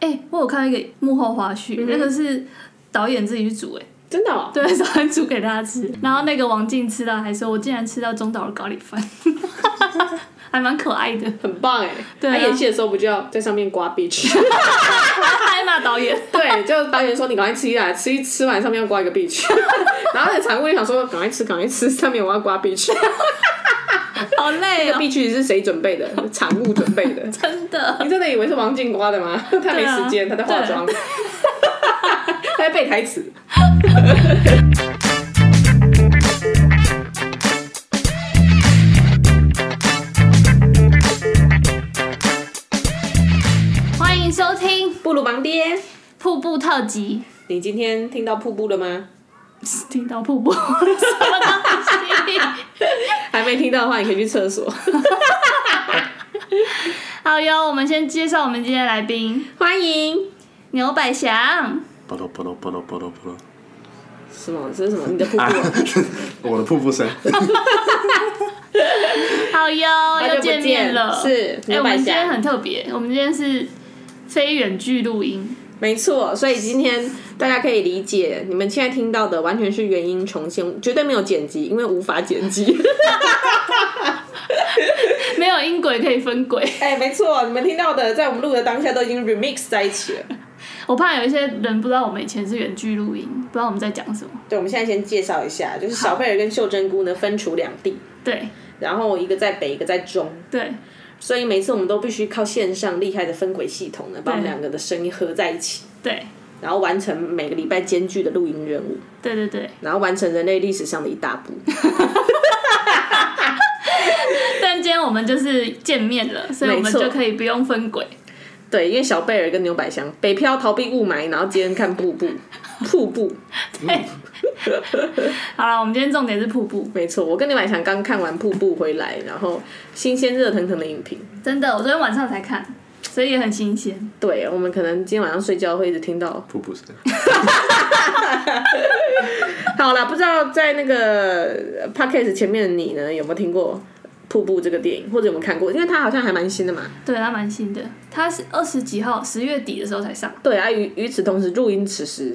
哎、我有看到一个幕后花絮，那个是导演自己去煮、哎， 真的、哦，对，导演煮给大家吃。然后那个王静吃到还说，我竟然吃到中岛的咖喱饭， 还蛮可爱的。 很棒哎。对啊他演戏的时候不就要在上面刮 bitch？还骂导演， 对，就导演说你赶快吃一来，吃一吃完上面要刮一个 bitch。然 后那财务就想说赶快吃，赶快吃，上面我要刮 bitch。 好累哦、 bitch 是谁准备的？产物准备 的。真的。你真的以为是王静刮 的吗？啊他没时间，他在化妆， 他在背台词。欢迎收听布鲁盲爹，瀑布特辑，你今天听到瀑布了吗？听到瀑 布什么东西？ 还没听到的话，你可以去厕所。好哟，我们先介绍我们今天的来宾欢迎。牛百祥。巴拉巴拉巴拉巴拉巴拉。什么？这是什么？你的瀑布、啊 啊？，我的瀑布声，好哟，好久又不见见面了。是哎、牛我百们今天祥很特别，我们今天是非远距录音， 没错，所以今天大家可以理解，你们现在听到的完全是原音重现，绝对没有剪辑，因为无法剪辑。没有音轨可以分轨。 哎、没错，你们听到的，在我们录的当下都已经 remix 在一起了。我怕有一些人不知道我们以前是远距录音，不知道我们在讲什么。对，我们现在先介绍一下，就是小贝尔跟秀珍菇呢分处两地，对然后一个在北，一个在中，对，所以每次我们都必须靠线上厉害的分轨系统呢，把我们对两个的声音合在一起，对然后完成每个礼拜艰巨的录音任务，对对对，然后完成人类历史上的一大步。但今天我们就是见面了，所以我没们错就可以不用分轨。对，因为小贝尔跟牛百香北漂逃避雾霾，然后今天看瀑布，瀑布， 好了，我们今天重点是瀑布，没错，我跟牛百香刚看完瀑布回来，然后新鲜热腾腾的影评。真的，我昨天晚上才看，所以也很新鲜。对我们可能今天晚上睡觉会一直听到。瀑布声。好啦，不知道在那个呃 podcast 前面的你呢，有没有听过《瀑布》这个电影，或者有没有看过？因为它好像还蛮新的嘛。对，它蛮新的，它是二十几号，十月底的时候才上，对啊，与与此同时，录音此时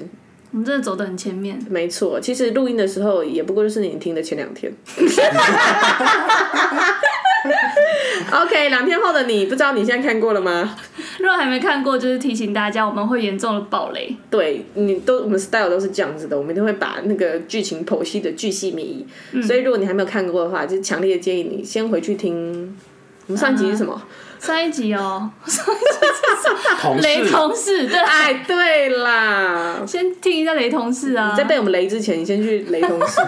我们真的走得很前面。没错，其实录音的时候也不过就是你听的前两天。OK，两天后的你，不知道你现在看过了吗？ 如果还没看过，就是提醒大家，我们会严重的暴雷。对你都我们 style 都是这样子的，我们都会把那个剧情剖析的巨细靡遗。所以如果你还没有看过的话，就强烈建议你先回去听。我们上集是什么？上一集哦，同雷事，同事，对，啊哎，对啦，先听一下雷同事啊，在被我们雷之前，你先去雷同事。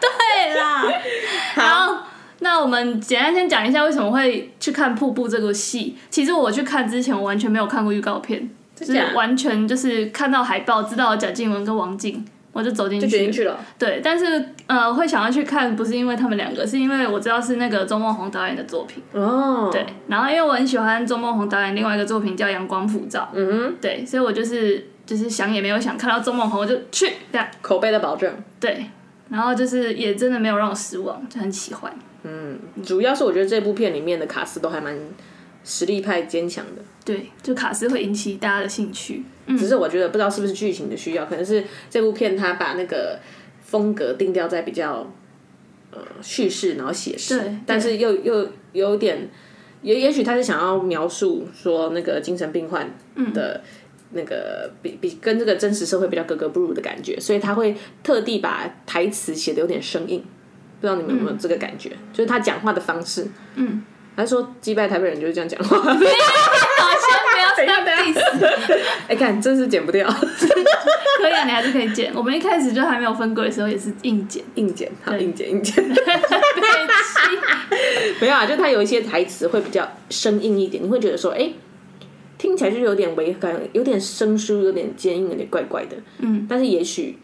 对啦。 好，那我们简单先讲一下为什么会去看《瀑布》这个戏。其实我去看之前，我完全没有看过预告片，就真假是完全就是看到海报，知道有贾静雯跟王静，我就走进就去决了定去了。对，但是呃，会想要去看，不是因为他们两个，是因为我知道是那个周梦红导演的作品。哦，对，然后因为我很喜欢周梦红导演另外一个作品叫《阳光普照》，嗯哼，对，所以我就是就是想也没有想看到周梦红，我就去这样，口碑的保证。对，然后就是也真的没有让我失望，就很喜欢。主要是我觉得这部片里面的卡斯都还蛮实力派坚强的，对，就卡斯会引起大家的兴趣。嗯， 只是我觉得不知道是不是剧情的需要，可能是这部片它把那个风格定调在比较呃叙事，然后写实对，但是又又有点，也也许他是想要描述说那个精神病患嗯的。那个比比跟这个真实社会比较格格不入的感觉，所以他会特地把台词写的有点生硬，不知道你们有没有这个感觉？就是他讲话的方式，嗯，他说击败台北人就是这样讲话， 好，先不要这样 diss，哎、看真是剪不掉， 可以啊，你还是可以剪。我们一开始就还没有分轨的时候也是硬剪， 硬剪，好对硬剪硬剪，对不起 没有啊，就他有一些台词会比较生硬一点，你会觉得说，哎、听起来就是有点违感，有点生疏，有点坚硬，有点怪怪的，嗯，但是也许。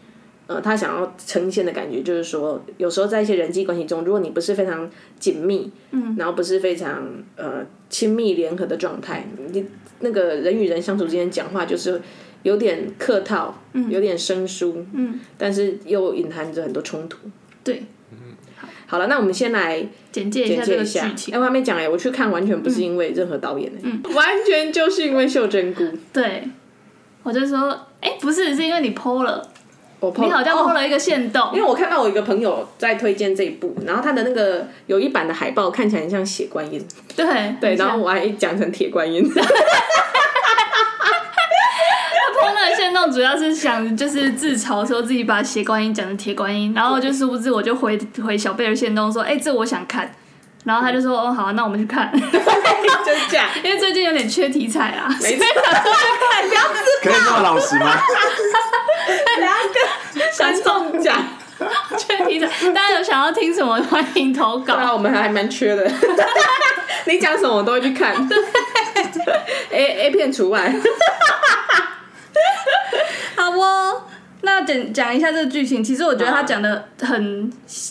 呃，他想要呈现的感觉就是说，有时候在一些人际关系中，如果你不是非常紧密，嗯，然后不是非常呃亲密联合的状态，你那个人与人相处之间讲话就是有点客套，嗯，有点生疏，嗯，但是又隐含着很多冲突，对，好了，那我们先来简介一简下这介个一剧下。哎、情。我还没讲哎、我去看完全不是因为任何导演哎、完全就是因为秀珍菇。对，我就说，哎、不是，是因为你 PO 了，我 po- 你好像 PO 哦了一个线动，因为我看到我一个朋友在推荐这一部，然后他的那个有一版的海报看起来很像血观音，对对，然后我还讲成铁观 音，他 PO 那个线动主要是想就是自嘲说自己把血观音讲成铁观音，然后就殊不知我就回回小贝儿线动说，哎、这我想看，然后他就说，哦好啊、那我们去看，就是 这样。因为最近有点缺题材啊啦，没错，不要自可以那么老实 吗？煽动讲。 缺题材，大家有想要听什么欢迎投当然稿，啊我们还蛮缺 的，你讲什么我都会去看，A A 片除外。好哦。那讲讲一下这个剧情，其实我觉得他好讲的很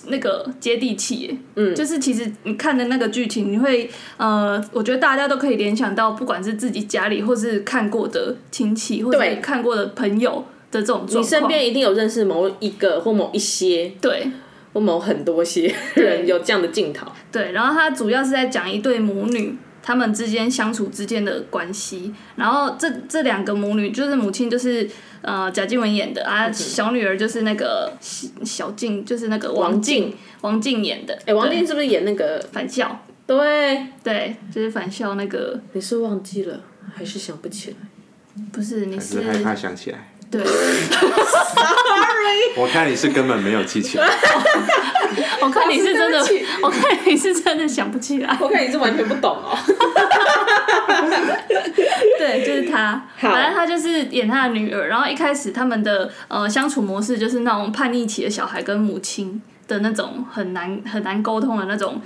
那个接地气耶，嗯就是其实你看的那个剧情，你会呃，我觉得大家都可以联想到，不管是自己家里，或是看过的亲戚，或是对看过的朋友的这种状你身况。边一定有认识某一个或某一些对或某很多些人有这样的镜头，对，然后他主要是在讲一对母女。他们之间相处之间的关系，然后这这两个母女就是母亲就是呃贾静雯演的啊，小女儿就是那个小小静，就是那个王静静，王静演的，哎，王对静是不是演那个？返校，对，对，就是返校那个你是忘记了还是想不起来？不是你还是害怕想起来？对， 我看你是根本没有记起来。 我看你是真的老师对不起， 我看你是真的想不起来。我看你是完全不懂哦。对，就是他，好反正他就是演他的女儿。然后一开始他们的呃相处模式就是那种叛逆期的小孩跟母亲的那种很难很难沟通的那种。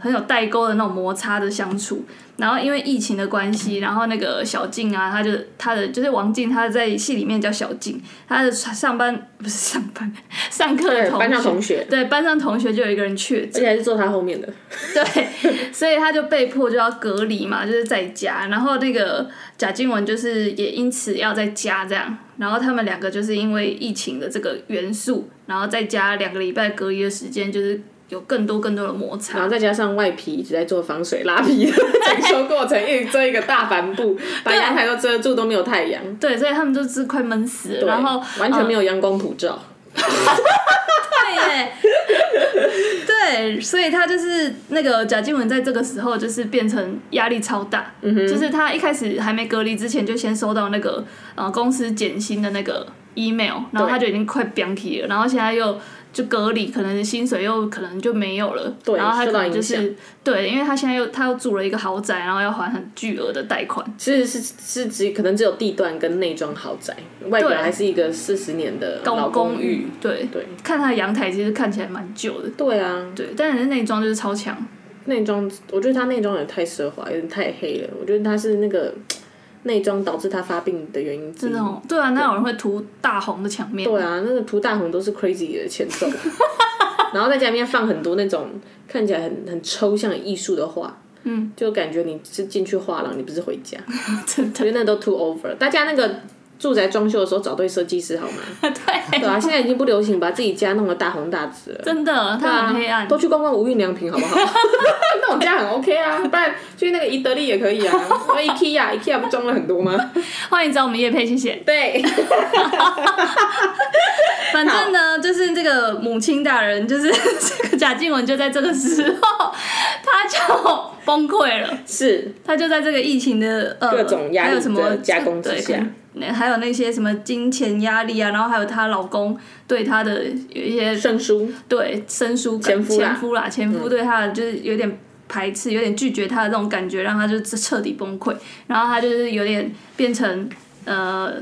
很有代沟的那种摩擦的相处，然后因为疫情的关系，然后那个小静啊，她就她的就是王静，她在戏里面叫小静，她的上班不是上班，上课的对，同班上学同学，对，班上同学就有一个人确诊，而且还是坐他后面的。对， 所以他就被迫就要隔离嘛，就是在家。然后那个贾静雯就是也因此要在家这样。然后他们两个就是因为疫情的这个元素，然后在家两个礼拜隔离的时间，就是有更多更多的摩然擦。后再加上外皮一直在做防水拉皮的整修过程，一直遮一个大帆布，把阳台都遮住，都没有太阳，呃对，所以他们就是快闷死了。对然后呃完全有。没有阳光普照。对耶，对， 所以他就是那个贾静雯在这个时候就是变成压力超大，嗯就是他一开始还没隔离之前就先收到那个呃公司减薪的那个 email，然后他就已经快崩体了，然后现在又。就隔离，可能薪水又可能就没有了，对然后他受可到能就影是对，因为他现在又他又住了一个豪宅，然后要还很巨额的贷款，其实是是只可能只有地段跟内装豪宅，外表对还是一个四十年的高老公寓，对，对看他的阳台其实看起来蛮旧的，对啊，对，但是内装就是超强，内装我觉得他内装也太奢华，有点太黑了。我觉得他是那个内装导致他发病的原因之一真的。哦，对啊，那有人会涂大红的墙面，对啊，那个涂大红都是 crazy 的前奏，然后在家里面放很多那种看起来很很抽象的艺术的画，嗯，就感觉你是进去画廊，你不是回家，真的因为那都 too over。大家那个住宅装修的时候找对设计师好吗？对，对啊，现在已经不流行把自己家弄得大红大紫了。真的，它很黑暗。啊都去逛逛无印良品好不 好？那我家很 OK 啊，不然去那个宜得利也可以啊。我 IKEA IKEA 不装了很多吗？欢迎找我们叶佩，谢谢。对，反正呢，就是这个母亲大人，就是 这个贾静雯，就在这个时候，她就崩溃了。是她就在这个疫情的呃各种压力还有什么的加工之对下可能还有那些什么金钱压力啊，然后还有她老公对她的有一些生疏，对生疏感前夫啦嗯前夫啦，前夫对他的就是有点排斥，有点拒绝他的这种感觉，让他就彻底崩溃。然后他就是有点变成呃，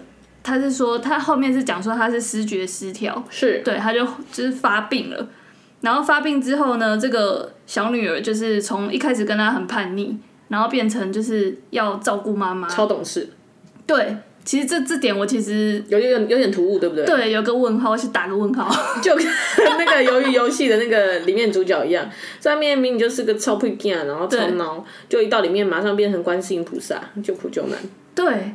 他是说他后面是讲说他是失觉失调，是对，他就就是发病了。然后发病之后呢，这个小女儿就是从一开始跟他很叛逆，然后变成就是要照顾妈妈。超懂事，对，其实这这点我其实有点有点突兀，对不对？对有个问号，我去打个问号。 就跟那个鱿鱼游戏的那个里面主角一样，上面明明就是个超配干，然后超对孬，就一到里面马上变成观世音菩萨，救苦救难。对，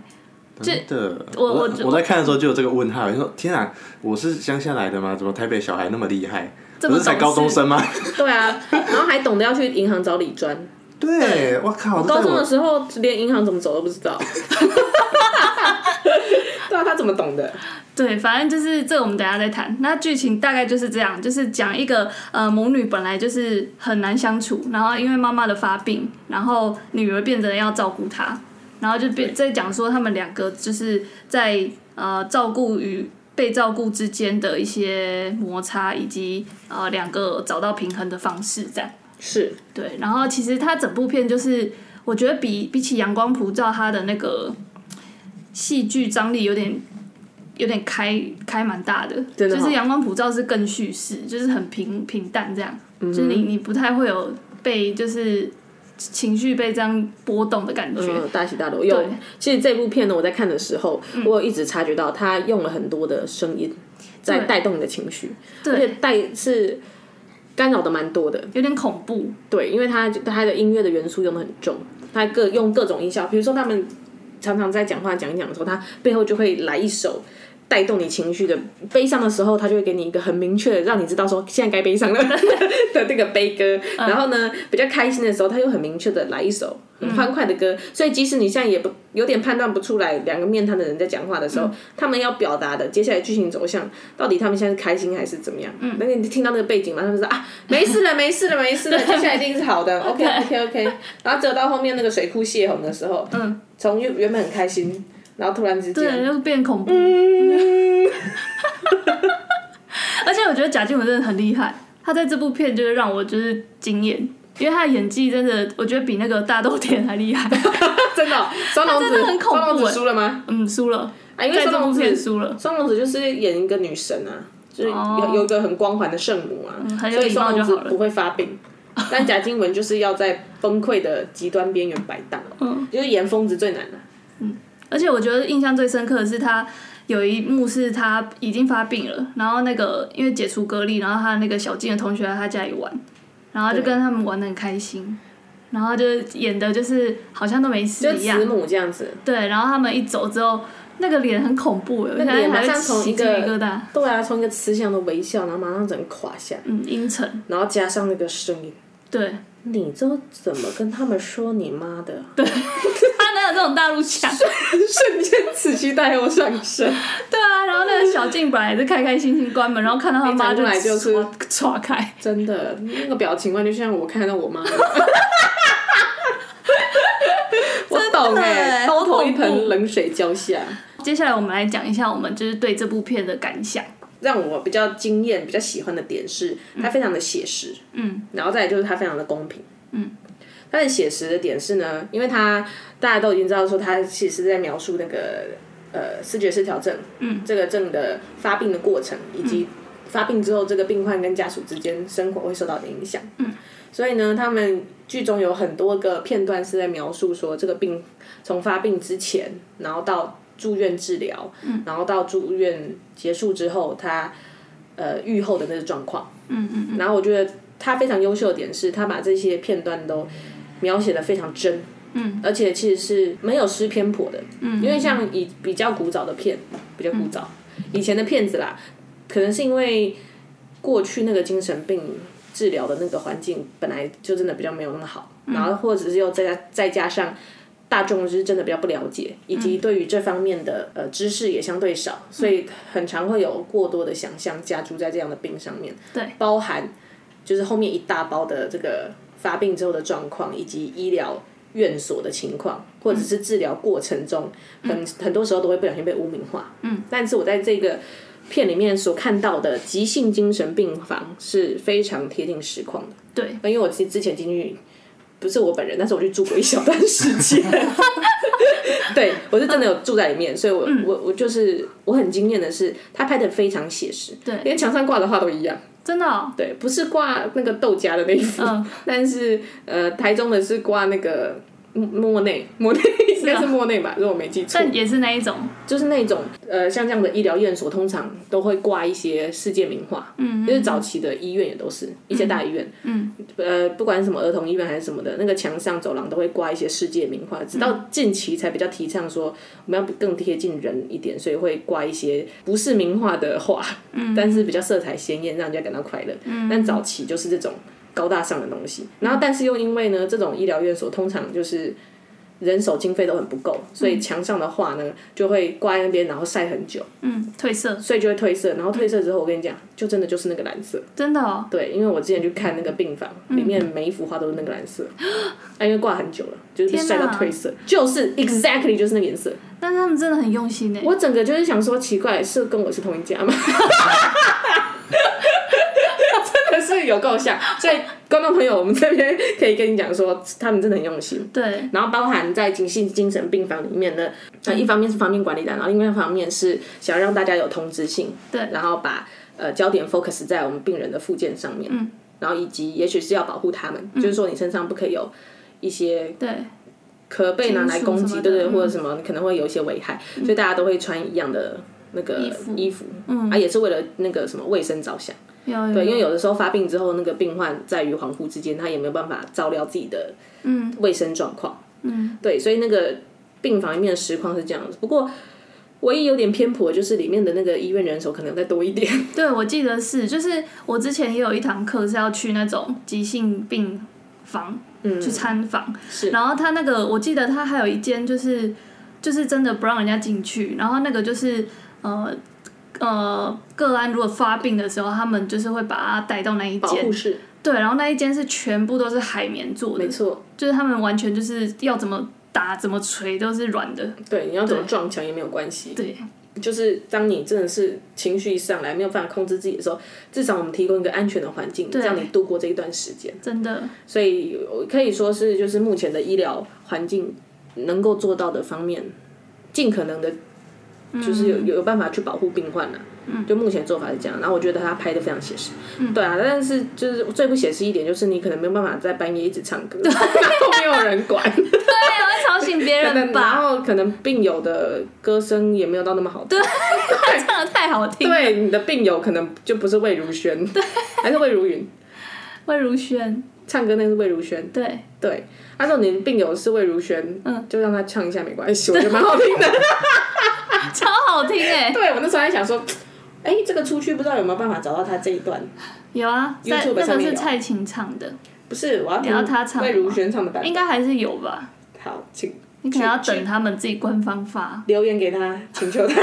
真的，我我我在看的时候就有这个问号，你说天啊，我是乡下来的吗？怎么台北小孩那么厉害？这不么是才懂高中事生 吗？对啊，然后还懂得要去银行找理专。对，我靠，高中的候时候连银行怎么走都不知道。 对啊，他怎么懂的？对，反正就是这，我们等一下再谈。那剧情大概就是这样，就是讲一个呃母女本来就是很难相处，然后因为妈妈的发病，然后女儿变得要照顾她，然后就变在讲说他们两个就是在呃照顾与被照顾之间的一些摩擦，以及呃两个找到平衡的方式这样。是对，然后其实它整部片就是，我觉得比比起《阳光普照》，它的那个戏剧张力有点有点开开蛮大的，真的就是哦《阳光普照》是更叙事，就是很平平淡这样，就是嗯你你不太会有被就是情绪被这样波动的感觉。嗯，大起大落。有对，其实这部片呢，我在看的时候，我有一直察觉到他用了很多的声音在对带动你的情绪，而且对，带是干扰的蛮多的。有点恐怖。对，因为他他的音乐的元素用的很重，他各用各种音效，比如说他们常常在讲话讲一讲的时候，他背后就会来一首。带动你情绪的悲伤的时候，他就会给你一个很明确的，让你知道说现在该悲伤了的那个悲歌。然后呢，比较开心的时候，他又很明确的来一首很欢快的歌。所以即使你现在也不有点判断不出来两个面瘫的人在讲话的时候，他们要表达的接下来剧情走向，到底他们现在是开心还是怎么样？嗯，那你听到那个背景嘛，他们说啊，没事了，没事了，没事了，接下来一定是好的。OK OK OK。然后只有到后面那个水库泄洪的时候，嗯，从原原本很开心，然后突然之对，间，就变恐怖。嗯 而且我觉得贾静雯真的很厉害，她在这部片就是让我就是惊艳，因为她的演技真的，我觉得比那个大豆田还厉害。 真的哦双龙真子的很，恐怖双哎龙子输了吗？嗯，输了，啊，欸因为在双这龙部片子，输了。双龙子就是演一个女神啊，就是有、哦有一个很光环的圣母啊，嗯很有所以礼貌双就龙子好了不会发病。但贾静雯就是要在崩溃的极端边缘摆荡，嗯就是演疯子最难了、而且我觉得印象最深刻的是她有一幕是她已经发病了，然后那个因为解除隔离，然后她那个小静的同学来她家里玩，然后就对跟他们玩的很开心，然后就演的就是好像都没就事一样慈。母这样子。对，然后他们一走之后，那个脸很恐怖哎，我现那个在脸还马会上从起一鸡皮个疙瘩。对啊，从一个慈祥的微笑，然后马上整个垮下，嗯，阴沉，然后加上那个声音，对，啊你都怎么跟他们说你妈的？他哪有这种大陆 腔？瞬间此期待我上身，对啊，然后那个小静本来也是开开心心关门，然后看到他妈 一转过来就就是唰唰开，真的那个表情完全像我看到我妈。 我懂哎、真的刀头一好恐盆怖冷水浇下，接下来我们来讲一下我们就是对这部片的感想。让我比较惊艳、比较喜欢的点是，它非常的写实，嗯，然后再来就是它非常的公平，嗯，它的写实的点是呢，因为它大家都已经知道说，它其实是在描述那个呃视觉失调症，嗯，这个症的发病的过程，以及发病之后这个病患跟家属之间生活会受到的影响，嗯，所以呢，他们剧中有很多个片段是在描述说这个病从发病之前，然后到住院治疗，嗯，然后到住院结束之后，他呃愈后的那个状况。然后我觉得他非常优秀的点是，他把这些片段都描写的非常真，嗯，而且其实是没有失偏颇的，嗯，因嗯为像以比较古早的片，比较古早、以前的片子啦，可能是因为过去那个精神病治疗的那个环境本来就真的比较没有那么好，然后或者是又再加再加上。大众是真的比较不了解，以及对于这方面的呃知识也相对少，所以很常会有过多的想象加注在这样的病上面。包含就是后面一大包的这个发病之后的状况，以及医疗院所的情况，或者是治疗过程中，很很多时候都会不小心被污名化。嗯，但是我在这个片里面所看到的急性精神病房是非常贴近实况的。对，因为我之之前进去。不是我本人，但是我去住过一小段时 间。对，我是真的有住在里面，所以我、嗯我我就是我很惊艳的是，他拍的非常写实，对连墙上挂的画都一样。真的、哦，对，不是挂那个豆荚的那一幅，嗯但是呃，台中的是挂那个嗯莫内，莫内应该是莫内吧，如果我没记错，啊但也是那一种，就是那种呃，像这样的医疗院所，通常都会挂一些世界名画，嗯，因为早期的医院也都是一些大医院，嗯，呃，不管是什么儿童医院还是什么的，那个墙上走廊都会挂一些世界名画，直到近期才比较提倡说我们要更贴近人一点，所以会挂一些不是名画的画，嗯，但是比较色彩鲜艳，让人家感到快乐，嗯，但早期就是这种高大上的东西，然后但是又因为呢，这种医疗院所通常就是。人手经费都很不够，所以墙上的画呢就会挂在那边，然后晒很久，嗯，褪色，所以就会褪色。然后褪色之后，我跟你讲，就真的就是那个蓝色。真的哦，对，因为我之前去看那个病房，里面每一幅画都是那个蓝色，啊，因为挂很久了，就是被晒到褪色，就是 exactly 就是那个颜色。但他们真的很用心欸呢。我整个就是想说，奇怪，是跟我是同一家吗？ 真的是有够像，所以观众朋友，我们这边可以跟你讲说，他们真的很用心。对，然后包含在急性精神病房里面呢，呃，一方面是方便管理的，然后另外一方面是想让大家有同质性，对，然后把呃焦点 focus 在我们病人的附件上面，嗯，然后以及也许是要保护他们，嗯就是说你身上不可以有一些对，可被拿来金属攻什击，么对对，的嗯或者什么你可能会有一些危害，所以大家都会穿一样的那个衣服嗯，啊，也是为了那个什么卫生着想。有有，对，因为有的时候发病之后，那个病患在于恍惚之间，他也没有办法照料自己的嗯卫生状况，嗯，对，所以那个病房里面的实况是这样子。不过唯一有点偏颇，就是里面的那个医院人手可能再多一点，对，我记得是，就是我之前也有一堂课是要去那种急性病房、去参访，嗯是然后他那个我记得他还有一间就是就是真的不让人家进去，然后那个就是呃呃个案如果发病的时候，他们就是会把他带到那一保间，护室，对，然后那一间是全部都是海绵做的没，错，就是他们完全就是要怎么打怎么捶都是软的，对，你要怎么撞墙也没有关系，对，就是当你真的是情绪一上来没有办法控制自己的时候，至少我们提供一个安全的环境，对让你度过这一段时间。真 的，所以我可以说是就是目前的医疗环境能够做到的方面，尽可能的，就是有有有办法去保护病患了、嗯，就目前做法是这样，然后我觉得他拍的非常写实，对啊，但是就是最不写实一点就是你可能没有办法在半夜一直唱 歌，然后没有人管，对啊，会吵醒别 人 然吧，后可能病友的歌声也没有到那么好听，唱的太好听，对，你的病友可能就不是魏如萱，对，还是魏如云， 魏如萱，唱歌那是魏如萱，对。对，他说你的病友是魏如萱，嗯，就让他唱一下没关系，我觉得蛮好听的。超好听哎、 对我那时候还想说，哎、这个出去不知道有没有办法找到他这一段？有啊，在 YouTube 那上个面有是蔡琴唱的，不是，我要你要听他唱魏如萱唱的版应本。该还是有吧？好，请你可能要去等他们自己官方发留言给他，请求 他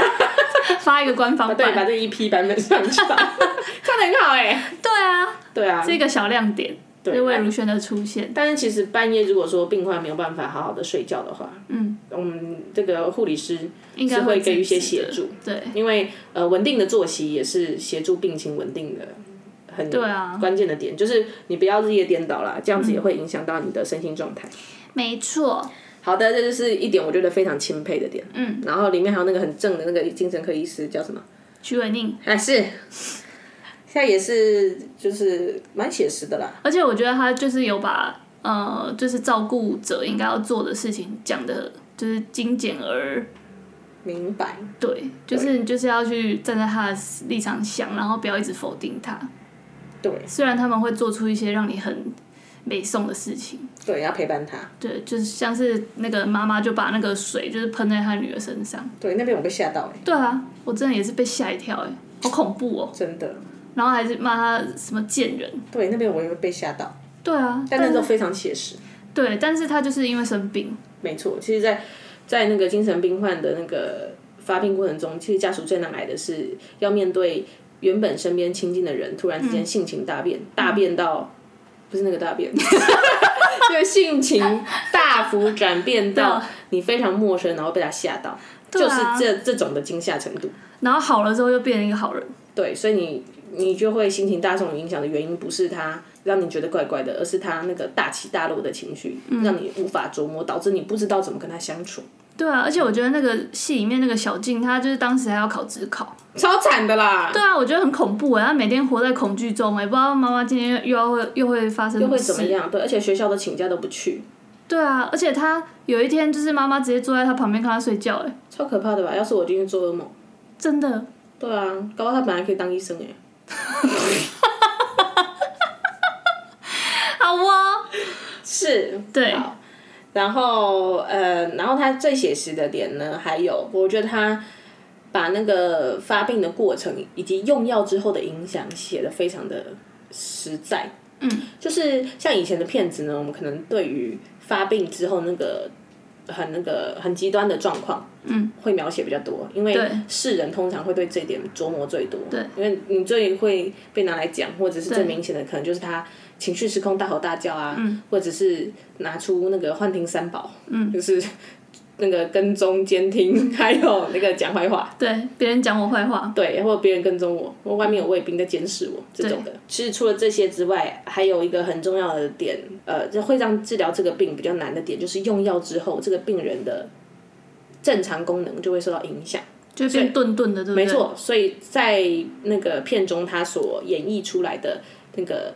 发一个官把方 对版，把这一批版本上去吧， 唱的很好哎、对啊，对啊，这个小亮点，对是魏如萱的出现，但是其实半夜如果说病患没有办法好好的睡觉的话，嗯，我们这个护理师应该是会支持给予一些的协助，对因为呃稳定的作息也是协助病情稳定的很对啊嗯关键的点，就是你不要日夜颠倒啦，这样子也会影响到你的身心状态。没错，好的，这就是一点我觉得非常钦佩的点。嗯，然后里面还有那个很正的那个精神科医师叫什么？徐伟宁。啊，是，现在也是就是蛮写实的啦。而且我觉得他就是有把呃，就是照顾者应该要做的事情讲的，就是精简而明白，对，就是就是要去站在他的立场想，然后不要一直否定他。对虽然他们会做出一些让你很美送的事情，对，要陪伴他。对，就是像是那个妈妈就把那个水就是喷在她女儿身上。对，那边我被吓到哎、对啊，我真的也是被吓一跳哎、好恐怖哦、真的。然后还是骂她什么贱人。对，那边我也会被吓到，对啊，但那但时候非常写实。对，但是她就是因为生病，没错，其实在，在那个精神病患的那个发病过程中，其实家属最难挨的是要面对原本身边亲近的人突然嗯之间性情大变，大变到不是那个大 变， 对，性情大幅转变到你非常陌生，然后被他吓到，对就是啊这这种的惊吓程度。然后好了之后又变成一个好人。对，所以你你就会心情大受影响的原因，不是他让你觉得怪怪的，而是他那个大起大落的情绪，嗯让你无法琢磨，导致你不知道怎么跟他相处，对啊，而且我觉得那个戏里面那个小静，她就是当时还要考职考。超惨的啦。对啊，我觉得很恐怖哎、她每天活在恐惧欸中哎、不知道妈妈今天又要会又会发生又会什怎么事样？对，而且学校的请假都不去，对啊，而且他有一天就是妈妈直接坐在他旁边看他睡觉，哎，超可怕的吧？要是我今天做噩梦，真的，对啊，搞不好他本来可以当医生哎、好哦，是，对好。然后呃，然后他最写实的点呢，还有我觉得他把那个发病的过程以及用药之后的影响写的非常的实在。嗯，就是像以前的片子呢，我们可能对于发病之后那个很那个很极端的状况，嗯，会描写比较多，因为对世人通常会对这点琢磨最多。对，因为你最会被拿来讲，或者是最明显的，可能就是他情绪失控、大吼大叫啊，或者是拿出那个幻听三宝，嗯，就是那个跟踪、监听，还有那个讲坏话，对，别人讲我坏话，对，或者别人跟踪我，或外面有卫兵在监视我这种的。其实除了这些之外，还有一个很重要的点，呃，这会让治疗这个病比较难的点，就是用药之后，这个病人的正常功能就会受到影响。就会变顿顿的，对不对？没，错，所以在那个片中，他所演绎出来的那个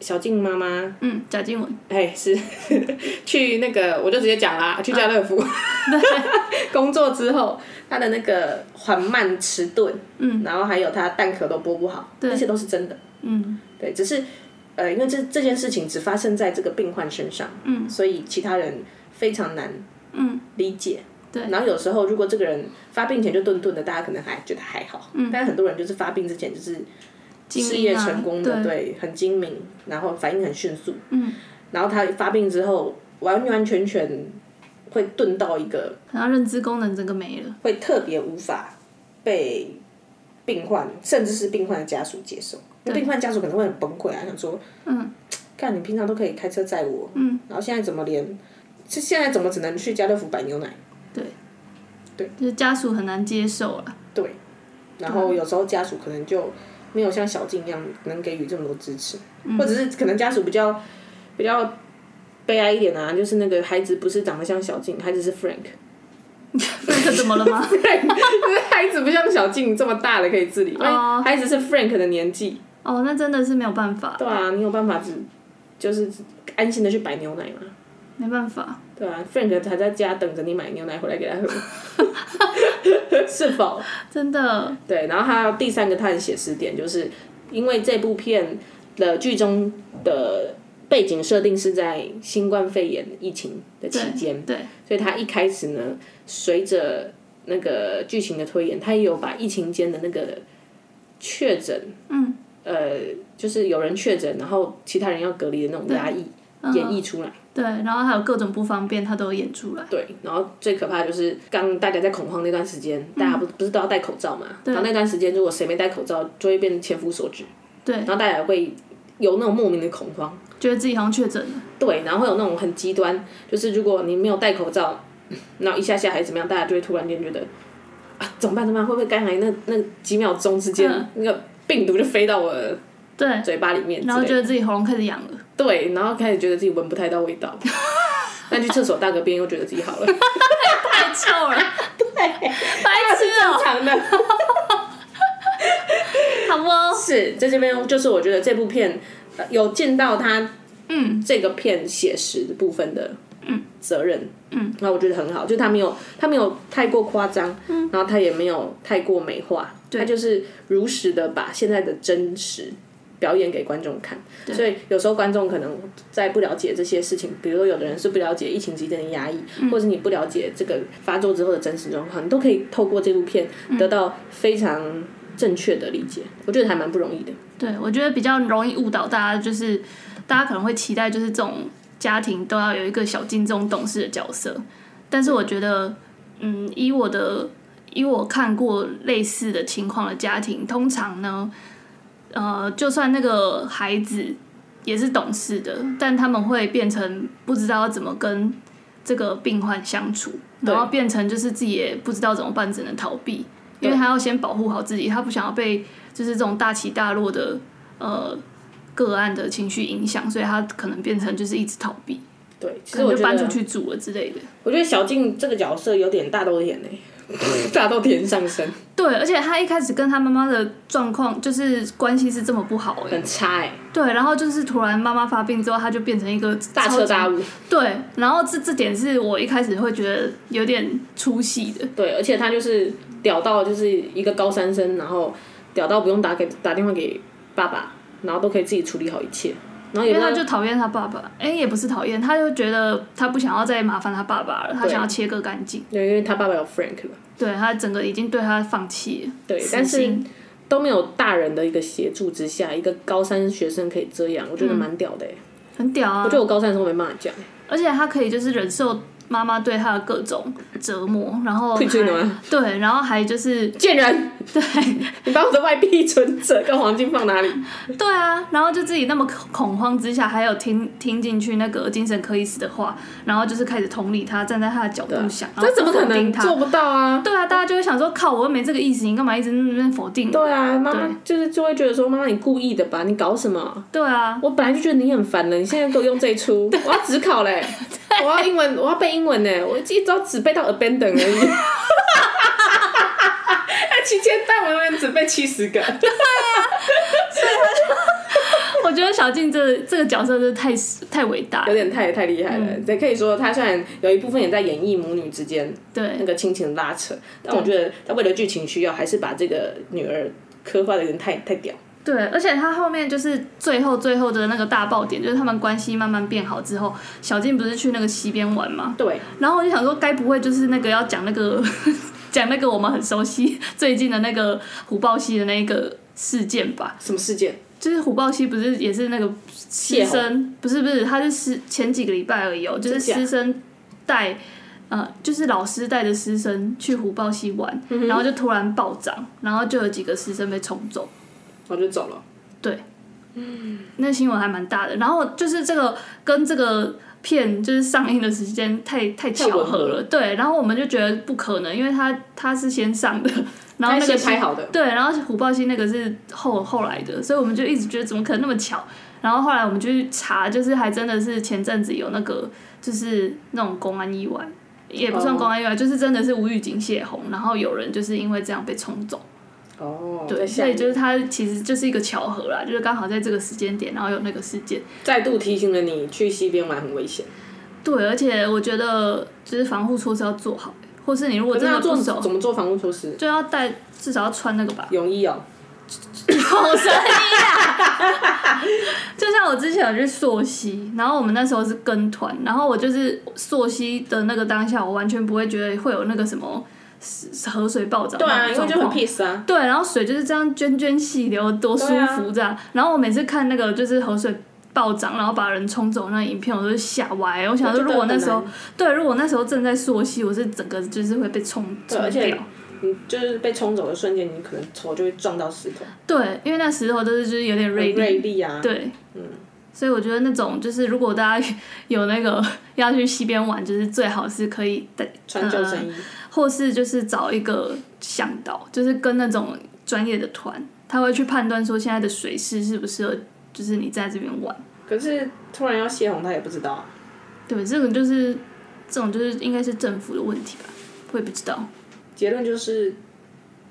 小静妈妈，嗯，贾静雯，哎，是 去那个，我就直接讲啦，去家乐福、 工作之后，她的那个缓慢迟钝，嗯，然后还有她蛋壳都剥不好，对这些都是真的，嗯，对，只是呃，因为这这件事情只发生在这个病患身上，嗯，所以其他人非常难，嗯，理解。对然后有时候如果这个人发病前就顿顿的，大家可能还觉得还好，嗯，但是很多人就是发病之前就是精事英业啊成功的，对对，很精明，然后反应很迅速，嗯，然后他发病之后完完全全会顿到一个然后认知功能整个没了，会特别无法被病患，甚至是病患的家属接受。那病患家属可能会很崩溃啊，想说，嗯，看你平常都可以开车载我，嗯，然后现在怎么连，是现在怎么只能去家乐福买牛奶？就是家属很难接受了，对，然啊后有时候家属可能就没有像小静一样能给予这么多支持，嗯或者是可能家属比较比较悲哀一点啊，就是那个孩子不是长得像小静，孩子是 Frank， 这怎么了吗？就是孩子不像小静这么大的可以自理，因为哦孩子是 Frank 的年纪。哦，那真的是没有办法，对啊，你有办法只就是安心的去买牛奶吗？没办法，对啊，Frank 还在家等着你买牛奶回来给他喝，是否？真的，对，然后还有第三个他的写实点，就是因为这部片的剧中的背景设定是在新冠肺炎疫情的期间，对，所以他一开始呢，随着那个剧情的推演，他也有把疫情间的那个确诊，嗯，呃，就是有人确诊，然后其他人要隔离的那种压抑演绎出来。嗯对，然后还有各种不方便，他都有演出来，对，然后最可怕的就是刚大家在恐慌那段时间，嗯大家不不是都要戴口罩嘛？然后那段时间如果谁没戴口罩，就会变千夫所指。对，然后大家会有那种莫名的恐慌。觉得自己好像确诊了，对，然后会有那种很极端，就是如果你没有戴口罩， 然后一下下还是怎么样，大家就会突然间觉得啊，怎么办？怎么办？会不会刚才那那几秒钟之间，嗯那个病毒就飞到我的对，嘴巴里面之然后类觉的？得自己喉咙开始痒了，对，然后开始觉得自己闻不太到味 道，但去厕所大个便又觉得自己好了，太 臭了， 对，白痴哦、正常的。好哦，是在这边，就是我觉得这部片、呃有尽到他嗯这个片写实部分的责任，嗯，那我觉得很好，就他没有他没有太过夸张，嗯，然后他也没有太过美化，他就是如实的把现在的真实。表演给观众看，所以有时候观众可能在不了解这些事情，比如说有的人是不了解疫情期间的压抑，嗯或者你不了解这个发作之后的真实状况，你都可以透过这部片嗯得到非常正确的理解。我觉得还蛮不容易的。对，我觉得比较容易误导大家，就是大家可能会期待，就是这种家庭都要有一个小金这种懂事的角色。但是我觉得，嗯，以我的以我看过类似的情况的家庭，通常呢，呃，就算那个孩子也是懂事的，但他们会变成不知道怎么跟这个病患相处，然后变成就是自己也不知道怎么办，只能逃避，因为他要先保护好自己，他不想要被就是这种大起大落的呃个案的情绪影响，所以他可能变成就是一直逃避，对，其可实我能就觉搬得出，去住了之类的。我觉得小静这个角色有点大豆眼呢、欸 大到天上升，对，而且他一开始跟他妈妈的状况就是关系是这么不好哎、很差哎、对，然后就是突然妈妈发病之后，他就变成一个大彻大悟，悟。对，然后这这点是我一开始会觉得有点出戏的，对，而且他就是屌到就是一个高三生，然后屌到不用打给打电话给爸爸，然后都可以自己处理好一切，然后也因为不知他道就讨厌他爸爸，哎、也不是讨厌，他就觉得他不想要再麻烦他爸爸了，他对想要切割干净，对，因为他爸爸有 Frank 了，对他整个已经对他放弃了，对，死但是心都没有大人的一个协助之下，一个高三学生可以这样，我觉嗯得蛮屌的、欸。很屌啊我觉，得我高三的时候没办法讲，欸而且他可以就是忍受妈妈对他的各种折磨，然 后愧疚还呢对，然后还就是贱人， 对，你把我的外币存折跟黄金 放哪里？对啊，然后就自己那么恐恐慌之下，还有听听进去那个精神科医师的话，然后就是开始同理他，站在他的角度想，然后啊这怎么可否定能他做？不到啊？对啊，大家就会想说，靠，我又没这个意思，你干嘛一直在那边否定？对啊，妈妈就是就会觉得说，妈妈你故意的吧？你搞什么？对啊，我本来就觉得你很烦了，你现在给我用这一 出，我要只考嘞，我要英文，我要背英文呢，我一招只背到 abandon 而 已。那期间但我们只背七十个，我觉得小静这这个角色真的太太伟大有了，点太太厉害了。也可以说，他虽然有一部分也在演绎母女之间那对个亲情拉扯，但我觉得他为了剧情需要，还是把这个女儿刻画的有点太太屌。对，而且他后面就是最后最后的那个大爆点，就是他们关系慢慢变好之后，小静不是去那个溪边玩吗？对，然后我就想说，该不会就是那个要讲那个 讲那个我们很熟悉最近的那个虎豹溪的那个事件吧？什么事件？就是虎豹溪不是也是那个师泄洪生，不是不是，他是师前几个礼拜而已哦，就是真假师生带。呃，就是老师带着师生去虎豹溪玩，然后就突然暴涨，然后就有几个师生被冲走。我就走了。那新闻还蛮大的。然后就是这个跟这个片就是上映的时间太太巧合吻合了，对。然后我们就觉得不可能，因为他他是先上的，然后他那个先是拍好的，对，然后虎豹星那个是后后来的，所以我们就一直觉得怎么可能那么巧。然后后来我们就去查，就是还真的是前阵子有那个就是那种公安意外。也不算公安意外就是真的是无预警泄洪，然后有人就是因为这样被冲走。哦，对，在所下以面就是它其实就是一个巧合啦，就是刚好在这个时间点，然后有那个事件。再度提醒了你，去西边玩很危险。对，而且我觉得就是防护措施要做好，欸或是你如果我真真的要做不怎熟，么做防护措施？。就要带至少要穿那个吧泳衣哦，好声音啊！就像我之前有去溯溪，然后我们那时候是跟团，然后我就是溯溪的那个当下，我完全不会觉得会有那个什么河水暴涨对啊，那因种为就状很况 peace 啊。对，然后水就是这样涓涓细流，多舒服这样。然后我每次看那个就是河水暴涨，然后把人冲走那个影片，我都吓歪。我想说，我觉得如果那很时候难对，如果那时候正在溯溪，我是整个就是会被冲对冲而且掉。你就是被冲走的瞬间，你可能头就会撞到石头，对，因为那石头都是就是有点锐很锐利，利啊。对，所以我觉得那种就是，如果大家有那个要去溪边玩，就是最好是可以带穿救生衣，或是就是找一个向导，就是跟那种专业的团，他会去判断说现在的水势适不适合，就是你在这边玩，可是突然要泄洪，他也不知道啊。对，这种就是这种就是应该是政府的问题吧，我也不 知道。结论就是，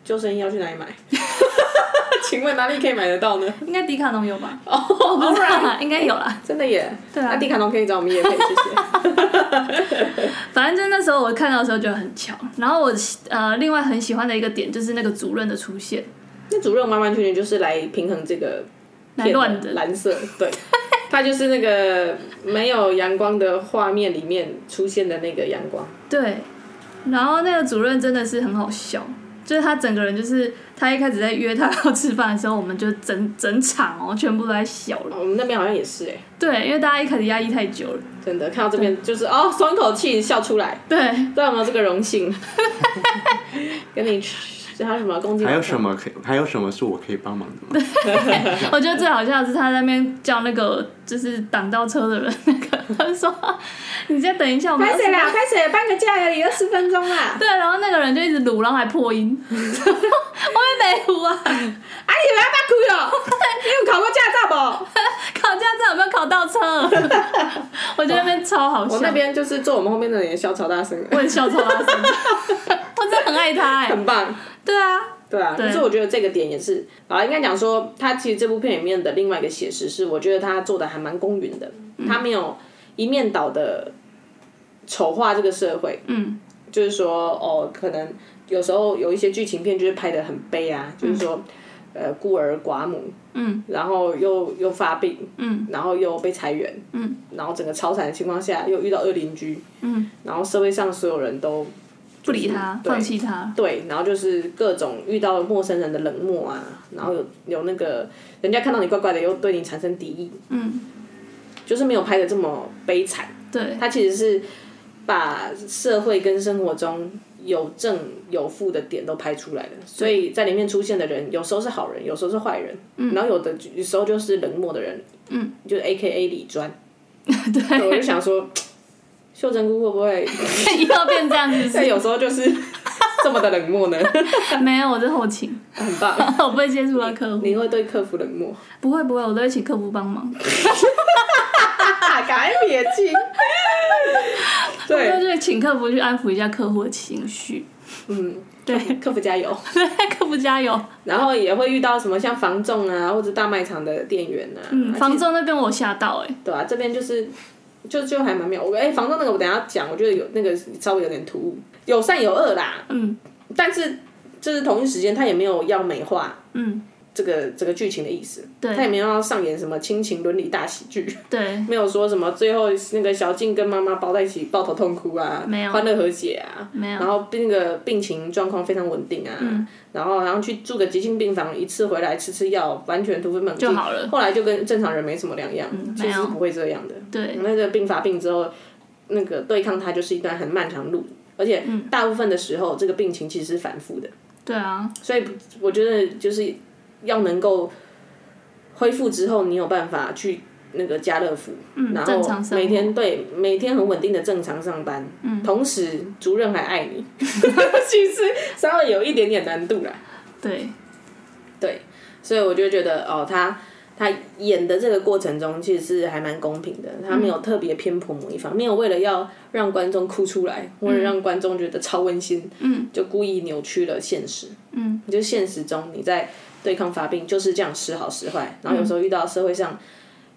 救生衣要去哪 里买？请问哪里可以买得到呢？应该迪卡侬有吧？哦、不知道 啦，应该有啦。真的耶！ 对啊那迪卡侬可以找我们也可以，谢谢。反正就是那时候我看到的时候觉得很巧。然后我呃，另外很喜欢的一个点就是那个主任的出现，那主任完完全全就是来平衡这个来乱片的的蓝色，对，它就是那个没有阳光的画面里面出现的那个阳光。对，然后那个主任真的是很好笑，就是他整个人就是他一开始在约他要吃饭的时候，我们就整整场哦，全部都在笑了。哦我们那边好像也是哎、对，因为大家一开始压抑太久了。真的看到这边就是哦，松一口气笑出来， 对，不知道有没有这个荣幸？ 跟你吃还有什么公鸡？还有什？么可以？还有什么是我可以帮忙的 吗？我觉得最好笑的是他在那边叫那个就是挡到车的人，那个他说：“ 你再等一下，我们拍谁啊20啦？分钟拍谁？半个假而已，二十分钟啦！对，然后那个人就一直撸，然后还破音， 我也没撸啊，啊，你们要不要哭哟？ 你有考过驾照不？ 考驾照有没有考到车？ 我觉得那边超好笑，我那边就是坐我们后面的人也笑超大声的， 我也笑超大声，我真的很爱他哎、很棒。对啊，对啊，可是我觉得这个点也是啊，应该讲说，他其实这部片里面的另外一个写实是，我觉得他做的还蛮公允的，嗯他没有一面倒的丑化这个社会，嗯，就是说哦，可能有时候有一些剧情片就是拍的很悲啊，就是说呃孤儿寡母，嗯，然后又又发病，嗯，然后又被裁员，嗯，然后整个超惨的情况下又遇到恶邻居，嗯，然后社会上所有人都不理他，对放弃他，对，然后就是各种遇到陌生人的冷漠啊，然后有有那个人家看到你怪怪的，又对你产生敌意，嗯，就是没有拍的这么悲惨。对， 它其实是把社会跟生活中有正有负的点都拍出来了，所以在里面出现的人，有时候是好人，有时候是坏人，然后有的有时候就是冷漠的人，嗯，就是 A K A 李专。对，我就对， 想说，秀珍菇会不会以后变这样子 在是有时候就是 这么的冷漠呢？ 没有，我是后勤， 很棒。我不会接触到客户，你会对客服冷漠， 不会不会，我都会请客户帮忙，啊，改撇 清。我对，就是请客服去安抚一下客户的情绪， 嗯，对，哦客服加油。客服加油，然后也会遇到什么像房仲啊，或者大卖场的店员啊，嗯，啊房仲那边我吓到哎、其实对啊，这边就是就就还蛮妙。我哎、房仲那个我等一下讲，我觉得有那个稍微有点突兀，有善有恶啦，嗯但是就是同一时间他也没有要美化嗯，这个这个剧情的意思，对他也没有要上演什么亲情伦理大喜剧，对，没有说什么最后那个小静跟妈妈抱在一起抱头痛哭啊，没有欢乐和解啊，没有嗯然后那个病情状况非常稳定啊，然后然后去住个急性病房，一次回来吃吃药，完全突飞猛进就好了后来就跟正常人没什么两样，嗯其没实有不会这样的。对，那个病发病之后，那个对抗它就是一段很漫长的路，而且嗯大部分的时候、这个病情其实是反复的，对啊，所以我觉得就是要能够恢复之后，你有办法去那个家乐福，嗯然正常后生活每天对每天很稳定的正常上班，嗯，同时主任还爱你， 其实稍微有一点点难度啦，对，对，所以我就觉得哦，他他演的这个过程中其实是还蛮公平的，他没有嗯特别偏颇某一方，没有为了要让观众哭出来，或者让观众觉得超温馨，嗯，就故意扭曲了现实，嗯，就现实中你在对抗发病就是这样时好时坏，然后嗯有时候遇到社会上。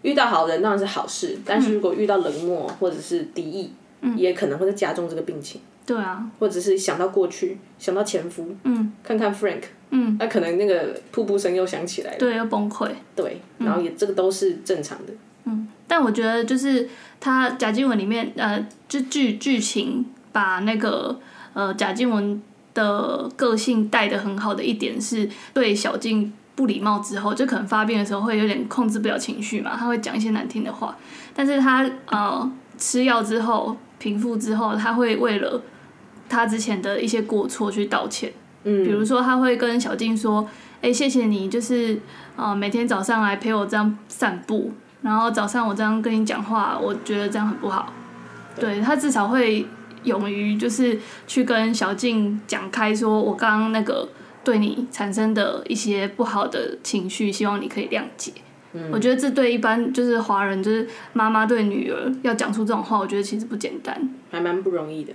遇到好人当然是好事，但嗯是如果遇到冷漠或者是敌意，也可能会加重这个病情，对嗯啊，或者是想到过去，想到前夫，嗯看看 Frank，嗯，那、可能那个瀑布声又响起来了，对，要崩溃。对，然后也、这个都是正常的，嗯，但我觉得就是他贾静雯里面呃，就剧剧情把那个呃贾静雯的个性带的很好的一点是对小静。不礼貌之后，就可能发病的时候会有点控制不了情绪嘛，他会讲一些难听的话。但是他呃吃药之后平复之后，他会为了他之前的一些过错去道歉。比嗯，如说他会跟小静说：“哎、谢谢你，就是呃每天早上来陪我这样散步，然后早上我这样跟你讲话，我觉得这样很不好。对”他至少会勇于就是去跟小静讲开，说我刚刚那个对你产生的一些不好的情绪，希望你可以谅解。我觉得这对一般就是华人，就是妈妈对女儿要讲出这种话，我觉得其实不简单。还蛮不容易的，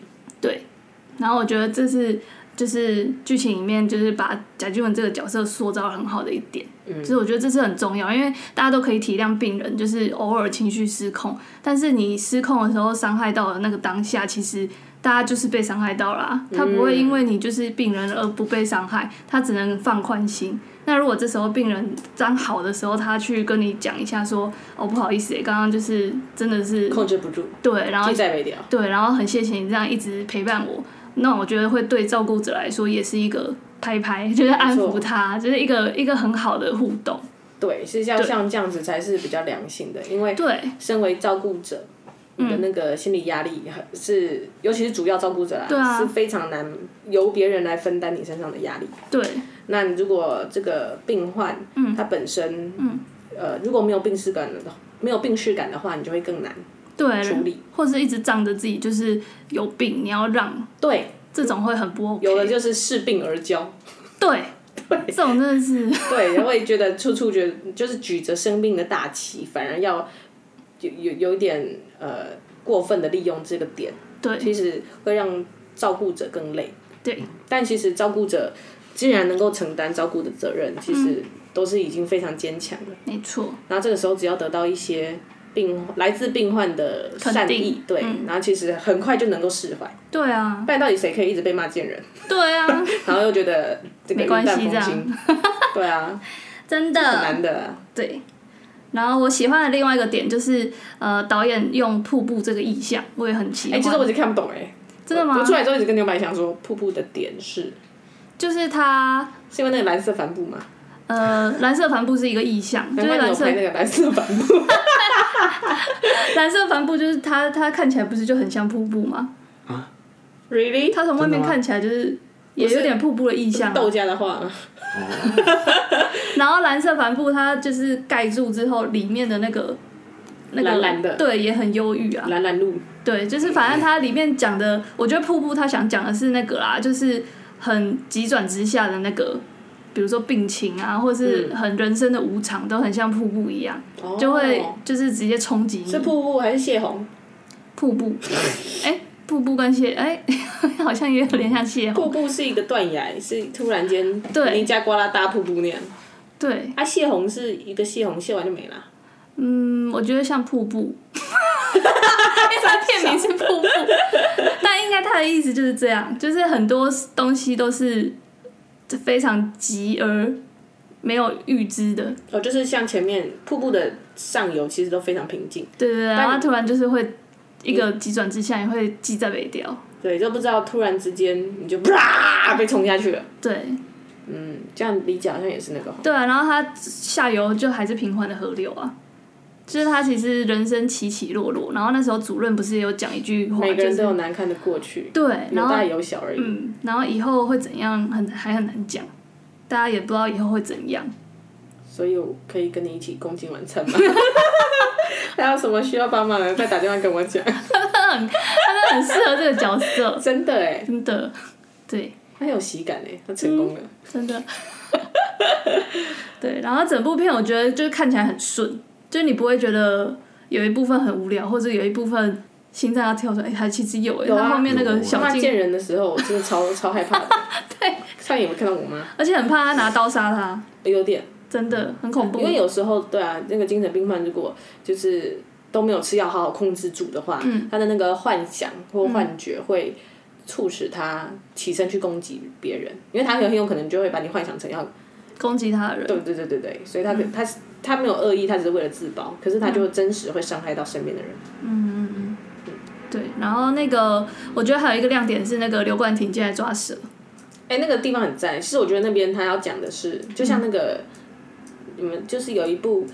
然后我觉得这是就是剧情里面就是把贾静雯这个角色塑造得很好的一点，嗯就是我觉得这是很重要，因为大家都可以体谅病人，就是偶尔情绪失控，但是你失控的时候伤害到了那个当下，其实。大家就是被伤害到了、啊，他不会因为你就是病人而不被伤害，他只能放宽心。那如果这时候病人刚好的时候，他去跟你讲一下说，哦不好意思、欸，刚刚就是真的是控制不住，对，嗯然后记在没掉，对，然后很谢谢你这样一直陪伴我。那我觉得会对照顾者来说也是一个拍拍，就是安没抚错他，就是一个一个很好的互动。对，是像对像这样子才是比较良性的，因为对嗯身为照顾者。你的那个心理压力很是，尤其是主要照顾者啦，对啊是非常难由别人来分担你身上的压力。对，那你如果这个病患，嗯，他本身，嗯，呃，如果没有病耻感的，没有病耻感的话，你就会更难处对理，或者一直仗着自己就是有病，你要让对，这种会很不 OK。有的就是视病而交，对，这种真的是 对，然后也觉得处处觉得就是举着生病的大旗，反而要有有有一点呃过分的利用这个点，对其实会让照顾者更累。对，但其实照顾者既然能够承担照顾的责任，其嗯实都是已经非常坚强了。没错，然后这个时候只要得到一些病来自病患的善肯意定，嗯对，然后其实很快就能够释怀。对啊，不然到底谁可以一直被骂贱人， 对啊，然后又觉得这个没云关淡系，风这轻？ 样对啊，真很的难的。啊对。然后我喜欢的另外一个点就是，呃，导演用瀑布这个意象，我也很喜哎、欢。其实我一直看不懂哎、真的吗我？出来之后一直跟牛白想说，瀑布的点是就是它，是因为那个蓝色帆布吗？呃，蓝色帆布是一个意象，嗯就是蓝难怪你有色拍那个蓝色帆布，蓝色帆布就是它，它看起来不是就很像瀑布吗？啊 really？它从外面真的吗看起来就是也有点瀑布的意象、啊豆。家的话吗，然后蓝色帆布它就是盖住之后，里面的那个那个蓝蓝的对，也很忧郁啊。蓝蓝路，对，就是反正它里面讲的，我觉得瀑布它想讲的是那个啦，就是很急转直下的那个，比如说病情啊，或嗯是很人生的无常，都很像瀑布一样，就会哦就是直接冲击是你。瀑布还是泄洪？瀑布，哎、瀑布跟蟹，哎、 好像也有点像蟹瀑红。布是一个断崖，是突然间对尼加瓜拉大瀑布那样。对，啊，泄洪是一个泄洪，泄完就没了。嗯，我觉得像瀑布。 因为它片名是瀑布，但应该它的意思就是这样，就是很多东西都是非常急而没有预知的，哦，就是像前面瀑布的上游其实都非常平静，对对对，然后它你突然就是会一个急转直下，也会记在北掉，对，就不知道突然之间你就啪被冲下去了。对嗯，这样理解好像也是那个。对啊，然后它下游就还是平缓的河流啊。就是他其实人生起起落落，然后那时候主任不是也有讲一句话，每个就人都是有难看的过去，对，有然后大有小而已。嗯，然后以后会怎样很还很难讲，大家也不知道以后会怎样。所以我可以跟你一起共进晚餐吗？ 还有什么需要帮忙的，再打电话跟我讲。他很适合这个角色，真的 哎，真的，对，他很有喜感哎，他成功了。真的，对。然后整部片我觉得就是看起来很顺，就是你不会觉得有一部分很无聊，或者有一部分心脏要跳出来。哎、它其实有、哎，有啊它后面那个有小妈静，见人的时候，我真的超超害 怕的。对，差点没看到我妈，而且很怕他拿刀杀他，有点，真的很恐怖因。为有时候对啊，那个精神病患如果就是都没有吃药，好好控制住的话，嗯他的那个幻想或幻觉会。促使他起身去攻击别人，因为他很有可能就会把你幻想成要攻击他的人，对对对对对，所以他可、他他没有恶意，他只是为了自保，可是他就真实会伤害到身边的人。对。然后那个我觉得还有一个亮点是那个刘冠廷进来抓蛇，哎、那个地方很赞。其实我觉得那边他要讲的是，就像那个、你们就是有一部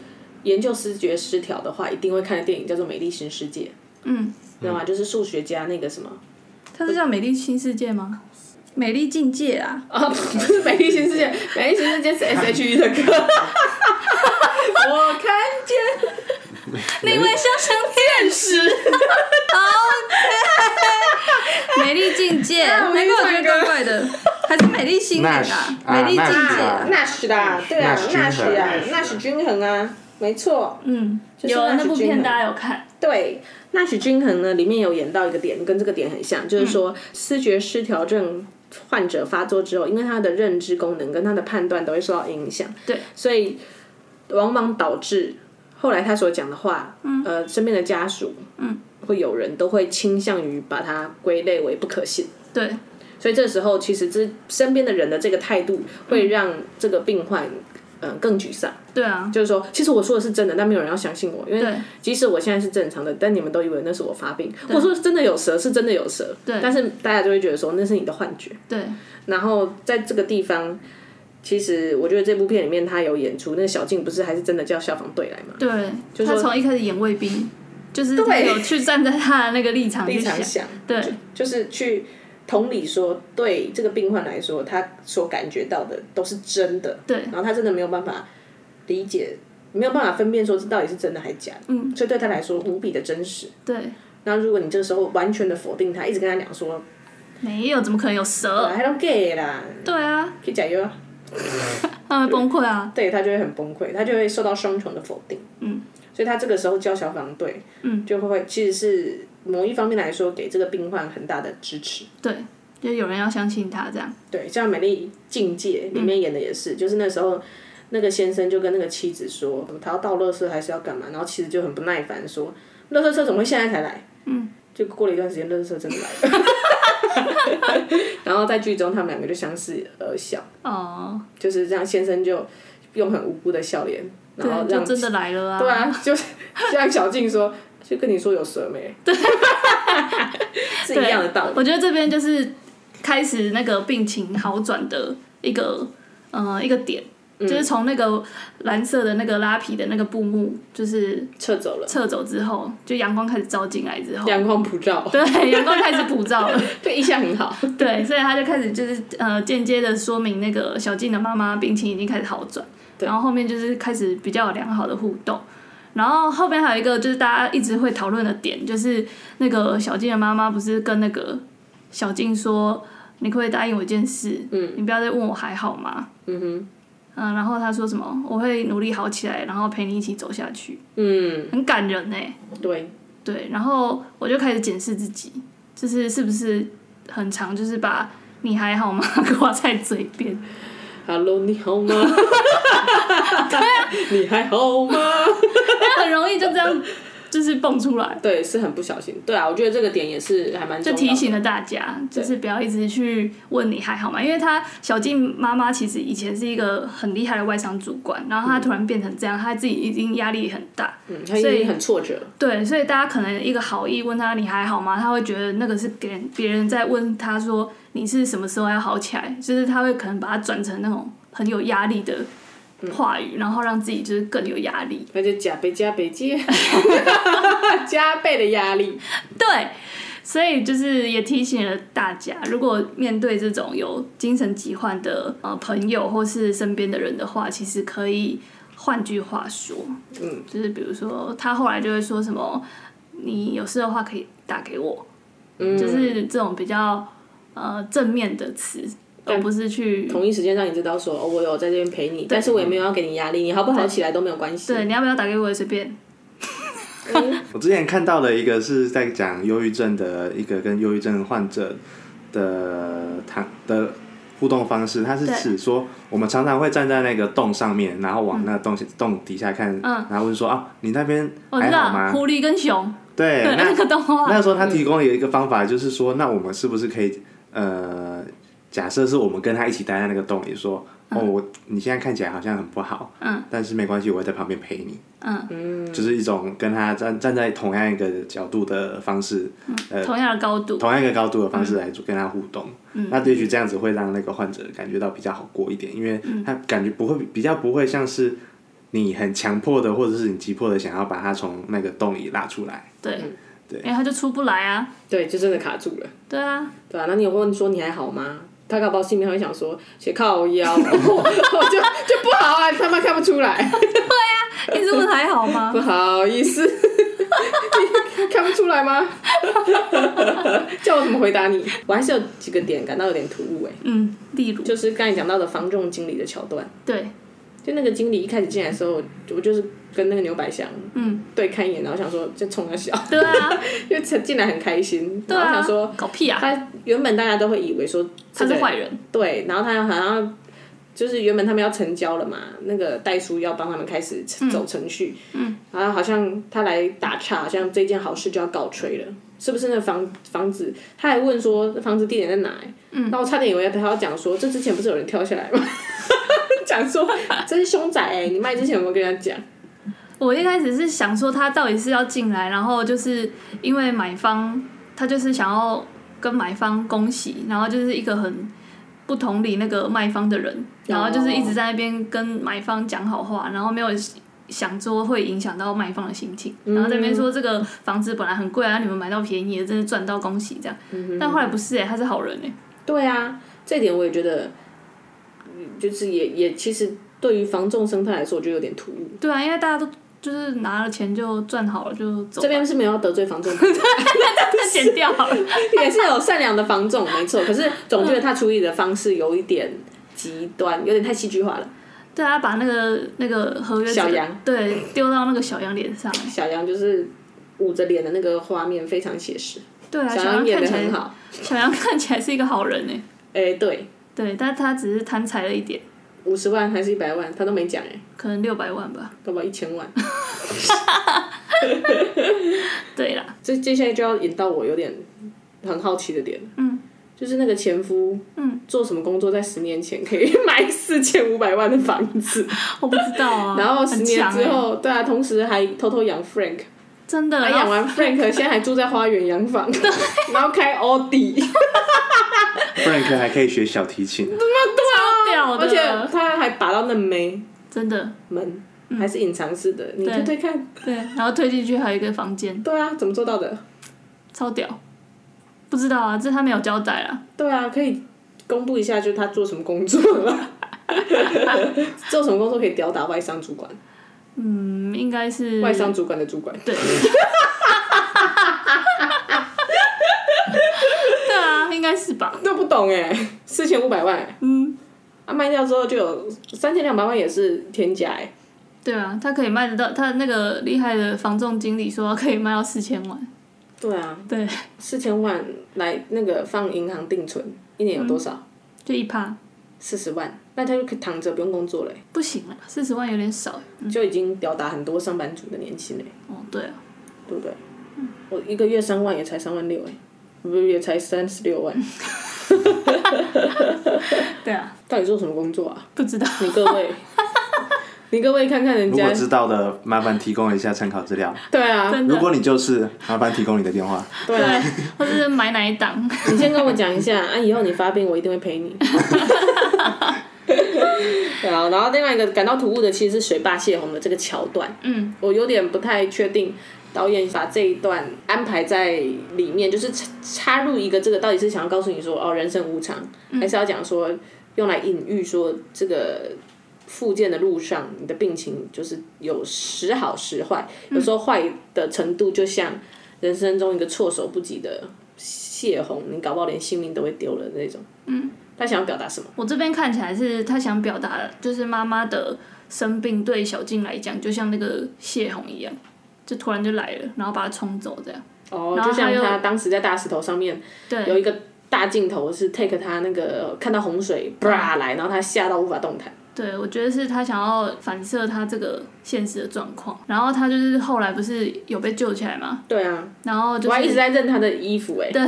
研究视觉失调的话，一定会看的电影叫做《美丽新世界》，嗯，知道吗？就是数学家那个什么它是叫《美丽新世界》吗？美丽境界啊，啊，不是《美丽新世界》，《美丽新世界》是 S H E 的歌。我看见另外想想天使。OK，美丽境 界，啊难我怪没我觉唱得怪歌怪的，还哦是美丽心那个啊，那是啊美丽境界那啊是。那是的，对啊，那那是是均衡啊，那是均衡啊，没错。嗯，就是有那那是部均片衡大家有看，对，那许均衡呢，里面有演到一个点，跟这个点很像，就是说、嗯思觉失调症患者发作之后，因为他的认知功能跟他的判断都会受到影响，对，所以往往导致后来他所讲的话，嗯呃，身边的家属，嗯，会有人都会倾向于把它归类为不可信。对，所以这时候，其实这身边的人的这个态度，会让这个病患，嗯、更沮丧。对啊，就是说，其实我说的是真的，但没有人要相信我，因为对即使我现在是正常的，但你们都以为那是我发病。我说真的有蛇，是真的有蛇，对但是大家就会觉得说那是你的幻觉。对，然后在这个地方，其实我觉得这部片里面他有演出，那个小静不是还是真的叫消防队来嘛？对，就他说从一开始演卫兵，就是对他有去站在他的那个立场去立场想，想，对就，就是去同理说，对这个病患来说，他所感觉到的都是真的，对然后他真的没有办法理解，没有办法分辨说这到底是真的还是假的，嗯，所以对他来说无比的真实。对，然后如果你这个时候完全的否定他，一直跟他讲说没有，怎么可能有蛇？ ，I don't get it 啦，对啊， 可以加油，他会崩溃啊，对他就会很崩溃，他就会受到双重的否定，嗯，所以他这个时候叫消防队，嗯，就会其实是某一方面来说给这个病患很大的支持，对，就有人要相信他这样。对，像《美丽境界》里嗯面演的也是，就是那时候那个先生就跟那个妻子说，他要倒垃圾还是要干嘛，然后妻子就很不耐烦说，垃圾车怎么会现在才来？嗯，就过了一段时间，垃圾车真的来 了。然后在剧中，他们两个就相视而笑，哦，就是这样。先生就用很无辜的笑脸，然后对，就让真的来了啊。对啊，就是 像小静说，就跟你说有蛇没？对， 是一样的道理。我觉得这边就是开始那个病情好转的一个呃一个点，嗯就是从那个蓝色的那个拉皮的那个布幕就是撤走了，撤走之后，就阳光开始照进来之后，阳光普照，对，阳光开始普照了。 对，印象很好。 对，所以他就开始就是呃间接的说明那个小静的妈妈病情已经开始好转，然后后面就是开始比较有良好的互动。然后后面还有一个就是大家一直会讨论的点，就是那个小静的妈妈不是跟那个小静说，你可不可以答应我一件事？嗯，你不要再问我还好吗？嗯哼，嗯，然后他说什么？我会努力好起来，然后陪你一起走下去，嗯，很感人欸呢、对，对，然后我就开始检视自己，就是是不是很常就是把“你还好吗” 挂在嘴边。 Hello，你好吗？ 你还好吗？但很容易就这样就是蹦出来，对，是很不小心。对啊，我觉得这个点也是还蛮重就要的提醒了大家，就是不要一直去问你还好吗，因为他小静妈妈其实以前是一个很厉害的外商主管，然后她突然变成这样，她自己已经压力很大，嗯，他所也以很挫折。对，所以大家可能一个好意问他你还好吗？他会觉得那个是别人别人在问他说你是什么时候要好起来，就是他会可能把它转成那种很有压力的话语，然后让自己就是更有压力。那就加倍加倍 加，加倍的压力。对，所以就是也提醒了大家，如果面对这种有精神疾患的呃朋友或是身边的人的话，其实可以换句话说，嗯，就是比如说他后来就会说什么，你有事的话可以打给我，嗯就是这种比较呃正面的词，而不是去同一时间让你知道说，哦，我有在这边陪你，但是我也没有要给你压力，你好不好起来都没有关系。对你要不要打给我也随便，我之前看到了一个是在讲忧郁症的一个跟忧郁症患者的谈的互动方式，它是对指说我们常常会站在那个洞上面，然后往那个洞、洞底下看，嗯然后问说啊，你那边我哦知还好道吗？狐狸跟熊，对，对那那个动画，那时候他提供有一个方法，就是说，那我们是不是可以呃，假设是我们跟他一起待在那个洞里，说，哦，我你现在看起来好像很不好，嗯，但是没关系，我会在旁边陪你，嗯，就是一种跟他站站在同样一个角度的方式，同样的高度，呃同样一个高度的方式来跟他互动。嗯那也许这样子会让那个患者感觉到比较好过一点，因为嗯他感觉不会比较不会像是你很强迫的，或者是你急迫的想要把他从那个洞里拉出 来。对，因为哎他就出不来啊，对，就真的卡住了。对啊，对啊，那你有问说你还好吗？他搞不好心里面会想说，写靠腰， 我就就不好啊，他妈看不出来， 一直问还好吗不？好意思， 你看不出来吗？ 叫我怎么回答你？我还是有几个点感到有点突兀哎、 嗯，例如，就是刚才讲到的防重经理的桥段，对，就那个经理一开始进来的时候，我就是跟那个牛百祥嗯，对看一眼，然后想说就冲他笑，对 啊，因为他进来很开心，对然后啊，想说搞屁啊，他原本大家都会以为说他这个是坏人， 对，然后他好像就是原本他们要成交了嘛，那个代书要帮他们开始走程序，嗯，然后好像他来打岔，好像这件好事就要告吹了，是不是？那房房子，他还问说房子地点在哪、嗯，那我差点以为他要讲说，这之前不是有人跳下来吗？ 讲说这是凶宅哎、你卖之前有没有跟人家讲？我一开始是想说他到底是要进来，然后就是因为买方他就是想要跟买方恭喜，然后就是一个很不同理那个卖方的人，然后就是一直在那边跟买方讲好话，然后没有想说会影响到卖方的心情，然后在那边说这个房子本来很贵啊，你们买到便宜了，真是赚到恭喜这样，但后来不是哎、他是好人哎、对啊，这点我也觉得，嗯就是也也其实对于房仲生态来说，我觉得有点突兀。对啊，因为大家都就是拿了钱就赚好了就 走，这边是没有要得罪房仲，剪掉好了。 也是有善良的房总，没错。可是总觉得他处理的方式有一点极端，有点太戏剧化了。对啊，把那个那个合约小羊对丢到那个小羊脸上、欸小杨就是捂着脸的那个画面非常写实。对啊，小小杨演看的起很来，好。 小杨看起来是一个好人呢、哎、对，对，但他只是贪财了一点，五十万还是一百万，他都没讲哎、可能六百万吧。搞不好一千万。对啦，这接下来就要引到我有点很好奇的点，嗯，就是那个前夫，嗯，做什么工作在十年前可以买四千五百万的房子，我不知道啊。 然后十很年强之欸，后，对啊，同时还偷偷养 Frank，真的还 然养后完 Frank，现在还住在花园洋房， 然后开奥迪， Frank 还可以学小提琴，啊超屌哦而且的，他还把到嫩妹真的门。还是隐藏式的，你推对推看。对。然后推进去还有一个房间，对啊，怎么做到的？超屌。不知道啊，这他没有交代啊。对啊，可以公布一下，就是他做什么工作 了，做什么工作可以吊打外商主管，嗯，应该是外商主管的主管。对。对啊，应该是吧。那不懂哎、四千五百万，嗯，啊，卖掉之后就有三千两百万，也是天价哎、对啊，他可以卖得到，他那个厉害的房仲经理说可以卖到四千万。对啊，对，四千万来那个放银行定存，一年有多少？就一趴四十万，那他就可以躺着不用工作嘞、不行了，四十万有点少。就已经吊打很多上班族的年薪嘞、哦，对啊，对不对？我一个月三万也才三万六哎、不不也才三十六万，对啊，到底做什么工作啊？不知道。 你各位， 你各位看看人如果家，知道的，麻烦提供一下参考资料。对啊，真如的，果你就是，麻烦提供你的电话。对啊，或者是买哪一档？ 你先跟我讲一下，啊，以后你发病我一定会陪你。对啊，然后另外一个感到突兀的其实是水坝泄洪的这个桥段，嗯，我有点不太确定导演把这一段安排在里面，就是插插入一个这个到底是想要告诉你说哦人生无常，还是要讲说用来隐喻说这个复健的路上，你的病情就是有时好时坏，有时候坏的程度就像人生中一个措手不及的泄洪，你搞不好连性命都会丢了那种。嗯，他想要表达什么？我这边看起来是他想表达的，就是妈妈的生病对小静来讲，就像那个泄洪一样，就突然就来了，然后把它冲走这样。哦，然后就像他又他当时在大石头上面对啊有一个大镜头是 take 他那个呃看到洪水啪来，然后他吓到无法动弹。对，我觉得是他想要反射他这个现实的状况。然后他就是后来不是有被救起来嘛，对啊，然后就我还一直是。在认他的衣服哎、对，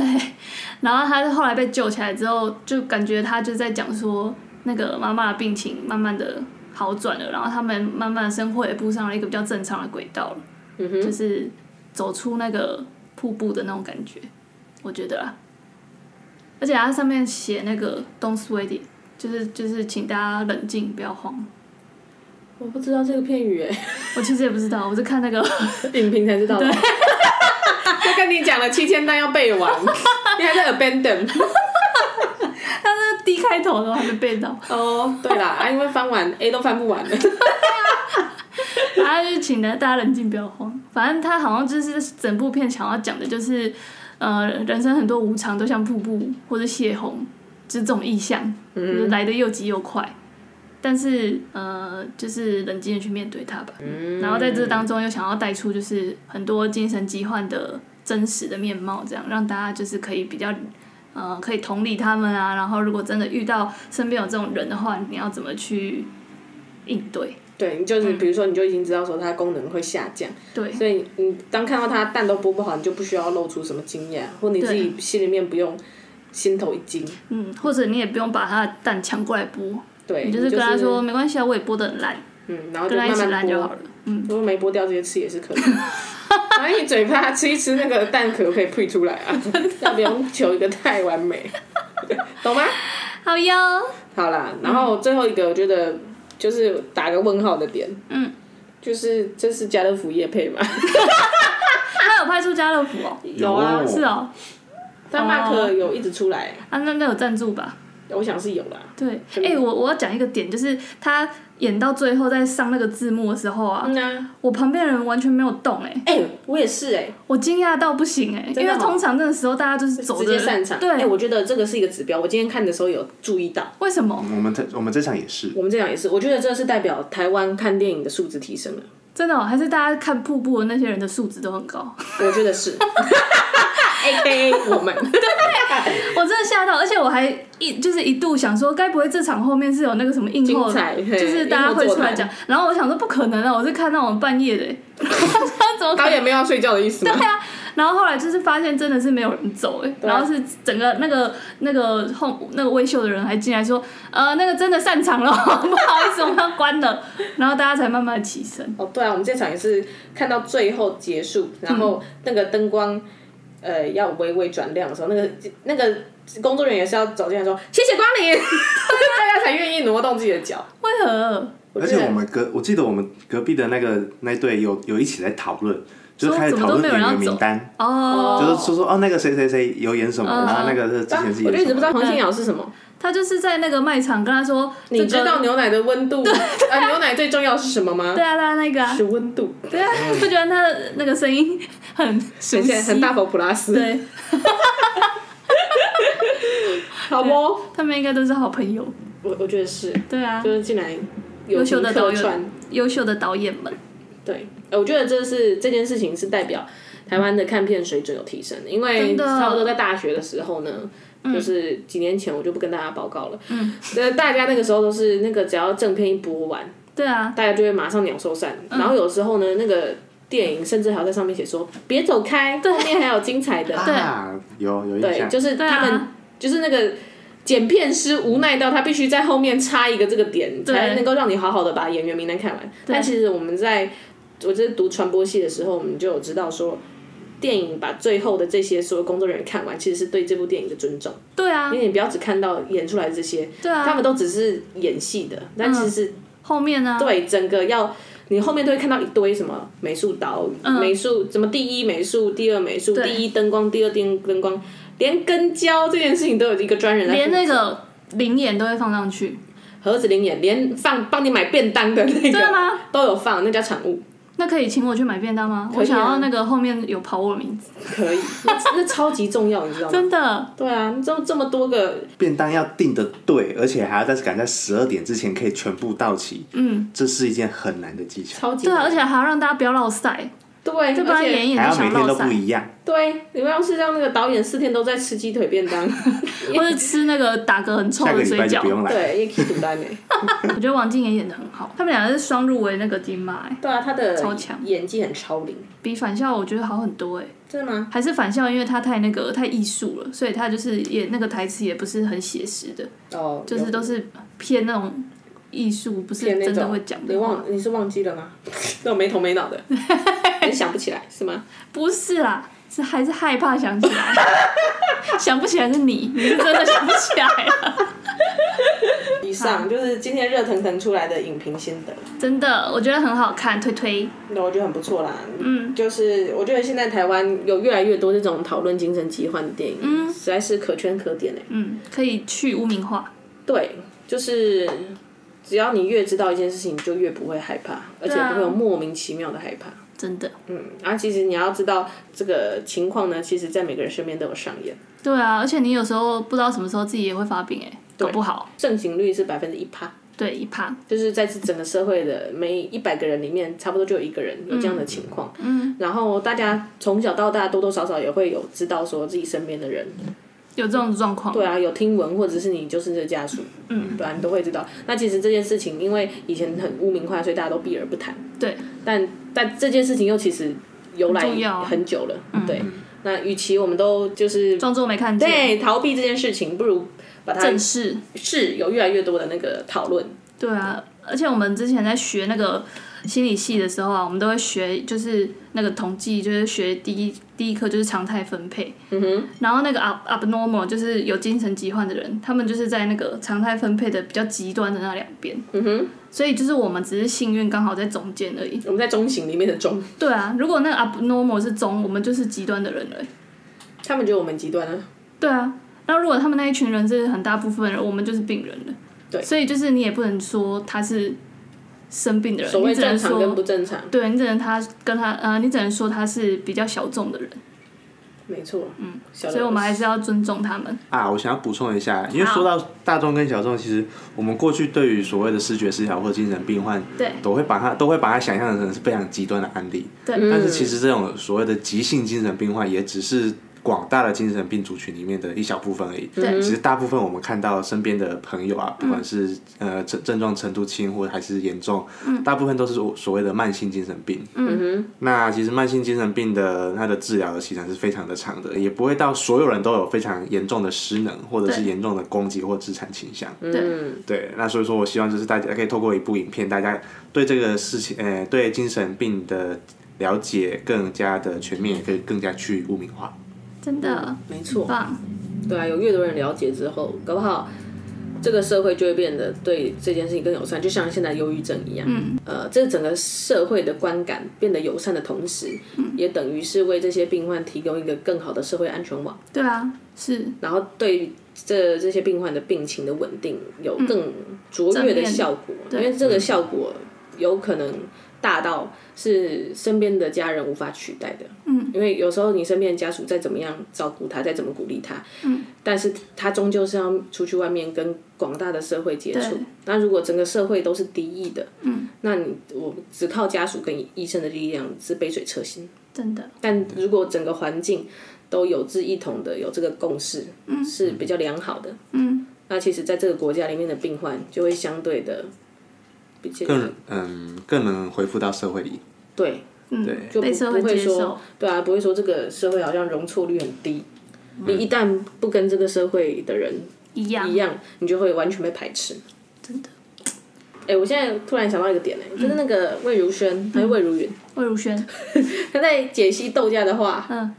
然后他后来被救起来之后，就感觉他就在讲说，那个妈妈的病情慢慢的好转了，然后他们慢慢的生活也步上了一个比较正常的轨道了。嗯哼，就是走出那个瀑布的那种感觉，我觉得啦。而且它上面写那个 “Don't sweat it”，就是就是请大家冷静，不要慌。我不知道这个片语哎、我其实也不知道，我是看那个 影评才知道的。 就跟你讲了七千单要背 完，你还在 abandon。 D 开头的，我还没背到。哦，对啦，啊，因为翻完 A 都翻不完了。然后他就请 大家冷静，不要慌。反正他好像就是整部片想要讲的就是，呃，人生很多无常，都像瀑布或者泄洪，就是这种意象，就是来的又急又快。但是呃，就是冷静的去面对它吧。然后在这当中又想要带出就是很多精神疾患的真实的面貌，这样让大家就是可以比较。呃，可以同理他们啊，然后如果真的遇到身边有这种人的话，你要怎么去应对？对，你就是比如说，你就已经知道说它功能会下降，对，所以你当看到它蛋都剥不好，你就不需要露出什么惊讶，或你自己心里面不用心头一惊。嗯，或者你也不用把他的蛋抢过来剥，对，你就是跟他说、，没关系啊，我也剥的很烂，嗯，然后就跟他一慢起慢烂就好剥，了。嗯，如果没剥掉这些吃也是可以。反正你嘴巴吃一吃那个蛋壳可以配出来 啊，那不用求一个太完美，懂吗？好哟，好啦，然后最后一个我觉得就是打个问号的点，嗯，就是这是家乐福业配嘛？啊他有拍出家乐福哦，有啊，是哦，但马克有一直出来，啊，那那有赞助吧？我想是有啦。对，哎、我我要讲一个点，就是他演到最后在上那个字幕的时候啊，嗯啊，我旁边的人完全没有动、哎，哎、我也是哎、我惊讶到不行、哎，真因的哦为通常那个时候大家就是走直着接散场。对，哎、我觉得这个是一个指标。我今天看的时候有注意到，为什么？我们这我们这场也是，我们这样也是，我觉得这是代表台湾看电影的素质提升了。真的、哦，还是大家看瀑布的那些人的素质都很高？我觉得是，哎、 A K A 我们， 我真的吓到，而且我还一就是一度想说，该不会这场后面是有那个什么映后精彩，嘿就是大家会出来映后座讲谈。然后我想说不可能啊，我是看到我们半夜的、欸， 怎么可导能？演没有要睡觉的意思吗？然后后来就是发现真的是没有人走哎、欸啊然后是整个那个那个后那个微秀的人还进来说，呃，那个真的散场了， 不好意思，我们要关了。然后大家才慢慢地起身。哦，对啊，我们这场也是看到最后结束，然后那个灯光，呃，要微微转亮的时候，那个那个工作人员也是要走进来说谢谢光临， 大家才愿意挪动自己的脚。为何？我而觉且得我们隔，我记得我们隔壁的那个那队有有一起在讨论，就是开始怎么讨都没论有演人要员名走单，哦，就是说说哦那个谁谁谁有演什么，嗯然后那个是之前是我就一演直什不知道么。黄信尧是什么。他就是在那个卖场跟他说，你这知个道牛奶的温度， 呃，牛奶最重要是什么吗对？啊，对啊，那个啊是，温度。对啊， 不觉得他的那个声音很熟悉？很像很大佛普拉斯，对， 好不？我哦他们应该都是好朋友。我觉得是，对啊就，是进来友优秀情的导客演串。优秀的导演们，对，呃我觉得这是这件事情是代表台湾的看片水准有提升，因为真的嗯差不多在大学的时候呢。就是几年前我就不跟大家报告了，嗯，大 家那个时候都是那个只要正片一播完，对啊，大家就会马上鸟兽散，嗯然后有时候呢，那个电影甚至还要在上面写说别走开，后面还有精彩 的，啊，有有印对，象，就是他对们、啊就是那个剪片师无奈到他必须在后面插一个这个点，对才能够让你好好的把演员名单看完。但其实我们在我就是读传播系的时候，我们就有知道说。电影把最后的这些所有工作人员看完，其实是对这部电影的尊重，对啊，因为你不要只看到演出来这些，对啊他们都只是演戏的，但其实是后面呢、对整个要你后面都会看到一堆什么美术导、美术什么第一美术、第二美术、嗯对第一灯光、第二灯灯光，连跟焦这件事情都有一个专人来负责连那个灵眼都会放上去，盒子零眼，连放帮你买便当的那真的个吗？都有放，那叫产物，那可以请我去买便当吗？可以啊我想要那个后面有跑我的名字，可 以，那那超级重要，你知道吗？真的，对啊，这么这么多个，便当要订的对，而且还要在赶在十二点之前可以全部到齐，嗯，这是一件很难的技巧，超级对啊，而且还要让大家不要落赛，对，就不然而且演一还演就要每想天落都赛不，一样。对，你们要是让那个导演四天都在吃鸡腿便当， 或者吃那个打嗝很臭下个的礼水拜就饺不。用来了。对，也可以独单呢。欸 我觉得王静也演的很好，他们俩是双入围那个金马、欸，对啊，他的超强演技很超龄，比返校我觉得好很多哎、欸真的吗？还是返校，因为他太那个太艺术了，所以他就是也那个台词也不是很写实的，哦，就是都是偏那种艺术，不是偏那真种的会讲你的话。忘你是忘记了吗？ 那种没头没脑 的，你想不起来是吗？不是啦，是还是害怕想起来，想不起来是你，你是真的想不起来了。以上就是今天热腾腾出来的影评心得，真的，我觉得很好看，推推。那我觉得很不错啦。嗯，就是我觉得现在台湾有越来越多这种讨论精神疾患的电影，实在是可圈可点哎、嗯，可以去污名化。对，就是只要你越知道一件事情，你就越不会害怕，而且对啊不会有莫名其妙的害怕。真的，嗯，然、后其实你要知道这个情况呢，其实在每个人身边都有上演，对啊，而且你有时候不知道什么时候自己也会发病、欸，哎，搞不好，盛行率是百分之一趴。对，一怕，就是在这整个社会的每一百个人里面，差不多就有一个人有这样的情况。嗯，然后大家从小到大多多少少也会有知道说自己身边的人，有这种状况。对啊，有听闻或者是你就是这家属，嗯，对啊，你都会知道。那其实这件事情，因为以前很污名化，所以大家都避而不谈。对，但但这件事情又其实由来很重要很久了，对。那与其我们都就是装作没看见，对逃避这件事情，不如把它正视。是有越来越多的那个讨论。对啊，而且我们之前在学那个心理系的时候啊，我们都会学，就是那个统计，就是学第一第一课就是常态分配。嗯哼。然后那个 ab abnormal 就是有精神疾患的人，他们就是在那个常态分配的比较极端的那两边。嗯哼。所以就是我们只是幸运刚好在中间而已。我们在中型里面的中，对啊，如果那个 abnormal 是中，我们就是极端的人了欸。他们觉得我们极端啊。对啊，那如果他们那一群人是很大部分人，我们就是病人了。对所以就是你也不能说他是生病的人，所谓你只能正常跟说，不正常，对你只能他跟他呃，你只能说他是比较小众的人，没错。嗯，所所以我们还是要尊重他们。啊，我想要补充一下，因为说到大众跟小众，其实我们过去对于所谓的视觉失调或精神病患，对都会把它都会把它想象成是非常极端的案例。对但是其实这种所谓的急性精神病患，也只是广大的精神病族群里面的一小部分而已。对嗯其实大部分我们看到身边的朋友啊，不管是、呃症症状程度轻或还是严重，嗯大部分都是所所谓的慢性精神病。嗯哼，那其实慢性精神病的它的治疗的期程是非常的长的，也不会到所有人都有非常严重的失能或者是对严重的攻击或自残倾向。嗯，对，那所以说我希望就是大家可以透过一部影片，大家对这个事情，呃，对精神病的了解更加的全面，也可以更加去污名化。真的没错，棒，嗯对啊，有越多人了解之后，搞不好这个社会就会变得对这件事情更友善，就像现在忧郁症一样。嗯，呃，这整个社会的观感变得友善的同时，嗯也等于是为这些病患提供一个更好的社会安全网，对啊，是然后对于这这些病患的病情的稳定有更卓越的效果，因正面为这个效果有可能大到是身边的家人无法取代的。嗯，因为有时候你身边的家属再怎么样照顾他，再怎么鼓励他，嗯，但是他终究是要出去外面跟广大的社会接触对。那如果整个社会都是敌意的，嗯，那你我只靠家属跟医生的力量是杯水车薪。真的，但如果整个环境都有志一同的，有这个共识，是比较良好的。嗯，那其实，在这个国家里面的病患就会相对的比较更嗯更能回复到社会里。对，嗯，就被不社不会会接说受，对啊，不会说这个社会好像容错率很低。你一旦不跟这个社会的人一样一样，你就会完全被排斥。真的。哎、我现在突然想到一个点呢、哎就是那个魏如嗯萱还是魏如云，魏如萱， 她在解析豆价的话，嗯，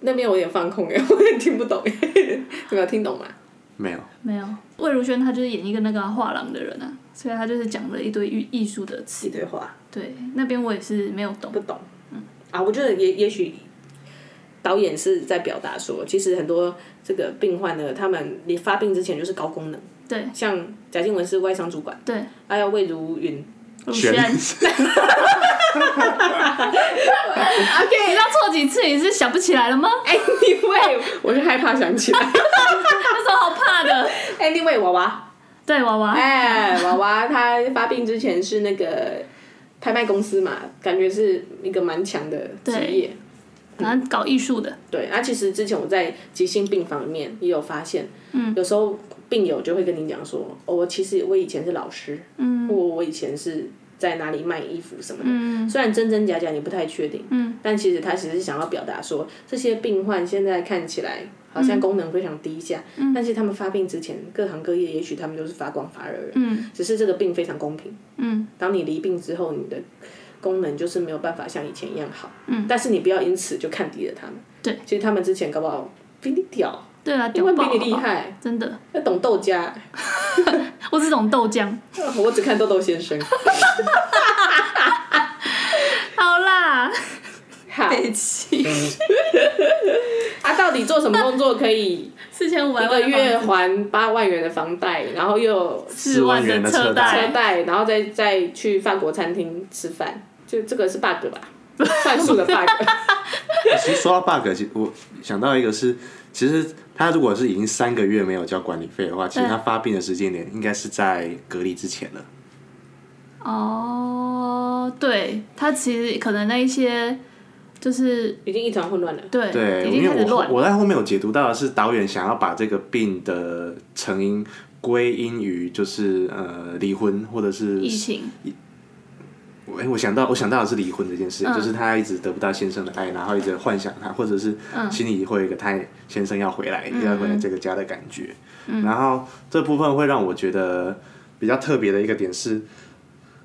那边我有点放空哎、我有点听不懂 哎、你们有听懂啊吗？没有，没有魏如萱，她就是演一个那个画廊的人啊，所以她就是讲了一堆艺艺术的词。几对话对，那边我也是没有懂不。懂，啊，我觉得也也许导演是在表达说，其实很多这个病患呢，他们你发病之前就是高功能，对像贾静雯是外伤主管，对，还有魏如云，如萱萱， 你让错几次，你是想不起来了吗？哎 Anyway，我是 害怕想起来。有什么好怕的？ Anyway，娃娃，对，娃娃，哎，娃娃她发病之前是那个拍卖公司嘛，感觉是一个蛮强的职业。反正搞艺术的，对，那、其实之前我在急性病房里面也有发现，嗯，有时候病友就会跟你讲说，哦，我其实我以前是老师，嗯，或我以前是在哪里卖衣服什么的，嗯，虽然真真假假你不太确定，嗯，但其实他其实是想要表达说，这些病患现在看起来好像功能非常低下，嗯，但是他们发病之前，各行各业也许他们都是发光发热的人，嗯，只是这个病非常公平，嗯，当你离病之后，你的功能就是没有办法像以前一样好，嗯，但是你不要因此就看低了他们。其实他们之前搞不好比你屌，对啊，因为屌比爆你好厉不好，害，真的。要懂豆家。 我只懂豆浆。我只看豆豆先生。好啦，好，气，他到底做什么工作可以四千五百一个万月还八万元的房贷，然后又有四万元的的车车车贷，贷，然后再再去法国餐厅吃饭？就这个是 bug 吧？ 算数的 bug。其实说到 bug，其实我想到一个是，其实他如果是已经三个月没有交管理费的话，其实他发病的时间点应该是在隔离之前了。哦，对，他其实可能那一些就是已经一团混乱了。对，对，已因经开为始我乱，我在后面有解读到的是导演想要把这个病的成因归因于就是呃离婚或者是疫情，我哎，我想到我想到的是离婚这件事，就是她一直得不到先生的爱，然后一直幻想他，或者是心里会有一个他先生要回来，要回来这个家的感觉。然后这部分会让我觉得比较特别的一个点是，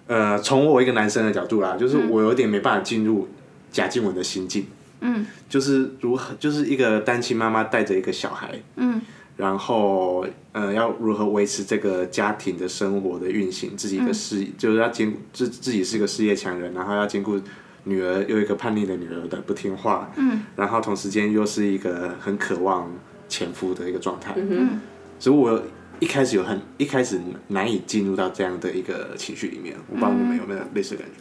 呃，从我一个男生的角度啦，就是我有点没办法进入贾静雯的心境。嗯，就是如何，就是一个单亲妈妈带着一个小孩，嗯，然后呃，要如何维持这个家庭的生活的运行，自己一个事、就是要兼顾自自己是个事业强人，然后要兼顾女儿又一个叛逆的女儿的不听话，嗯，然后同时间又是一个很渴望前夫的一个状态，嗯，所以我一开始有很一开始难以进入到这样的一个情绪里面，我不知道你们有没有类似的感觉，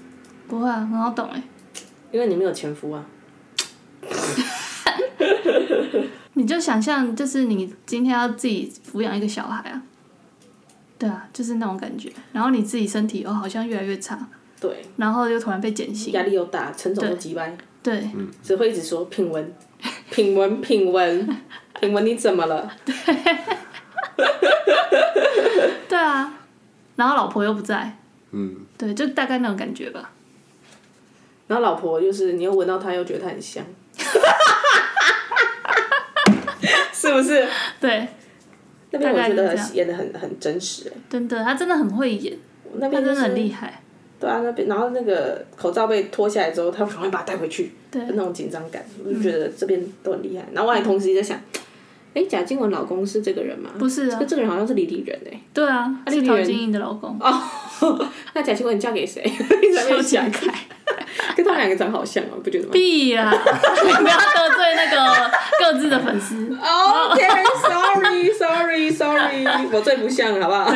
不会啊，很好懂哎。因为你没有前夫啊，你就想象，就是你今天要自己抚养一个小孩啊，对啊，就是那种感觉。然后你自己身体又好像越来越差，对，然后又突然被减薪，压力又大，陈总又急掰，对，只会一直说品文，品文品文品文，你怎么了？对啊，然后老婆又不在，嗯，对，就大概那种感觉吧。然后老婆就是你又闻到她，又觉得她 很香，是不是？对，那边我觉大概得是这样演的很很真实、欸，真的，他真的很会演，那他边真就的是很厉害。对啊，那边然后那个口罩被脱下来之后，他赶快把它带回去，对嗯那种紧张感，我就觉得这边都很厉害。然后我还同时在想，哎，贾静雯老公是这个人吗？不是这啊个，这个人好像是李李人 哎、对啊，丽是丽陶人晶莹的老公，哦，那贾静雯嫁给谁？ 一直在那 周边杰想，凯。跟他们两个长好像哦，不觉得吗必呀、你啊 不要得罪那个各自的粉丝。Oh, ？OK，sorry，sorry，sorry，我最不像了，好不 好？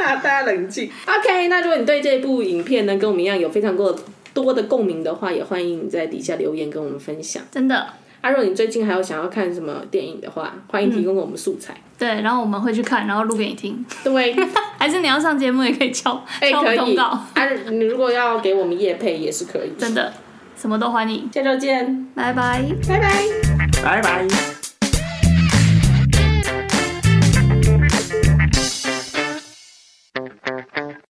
大家冷静。OK，那如果你对这部影片呢，跟我们一样有非常多多的共鸣的话，也欢迎你在底下留言跟我们分享。真的，啊，如果你最近还有想要看什么电影的话，欢迎提供给我们素材。对，然后我们会去看，然后录给你听。 对，还是你要上节目也可以敲哎、敲我可们通以。告，啊，你如果要给我们夜配也是可以。真的，什么都欢迎。下周见，拜拜。拜拜。拜拜。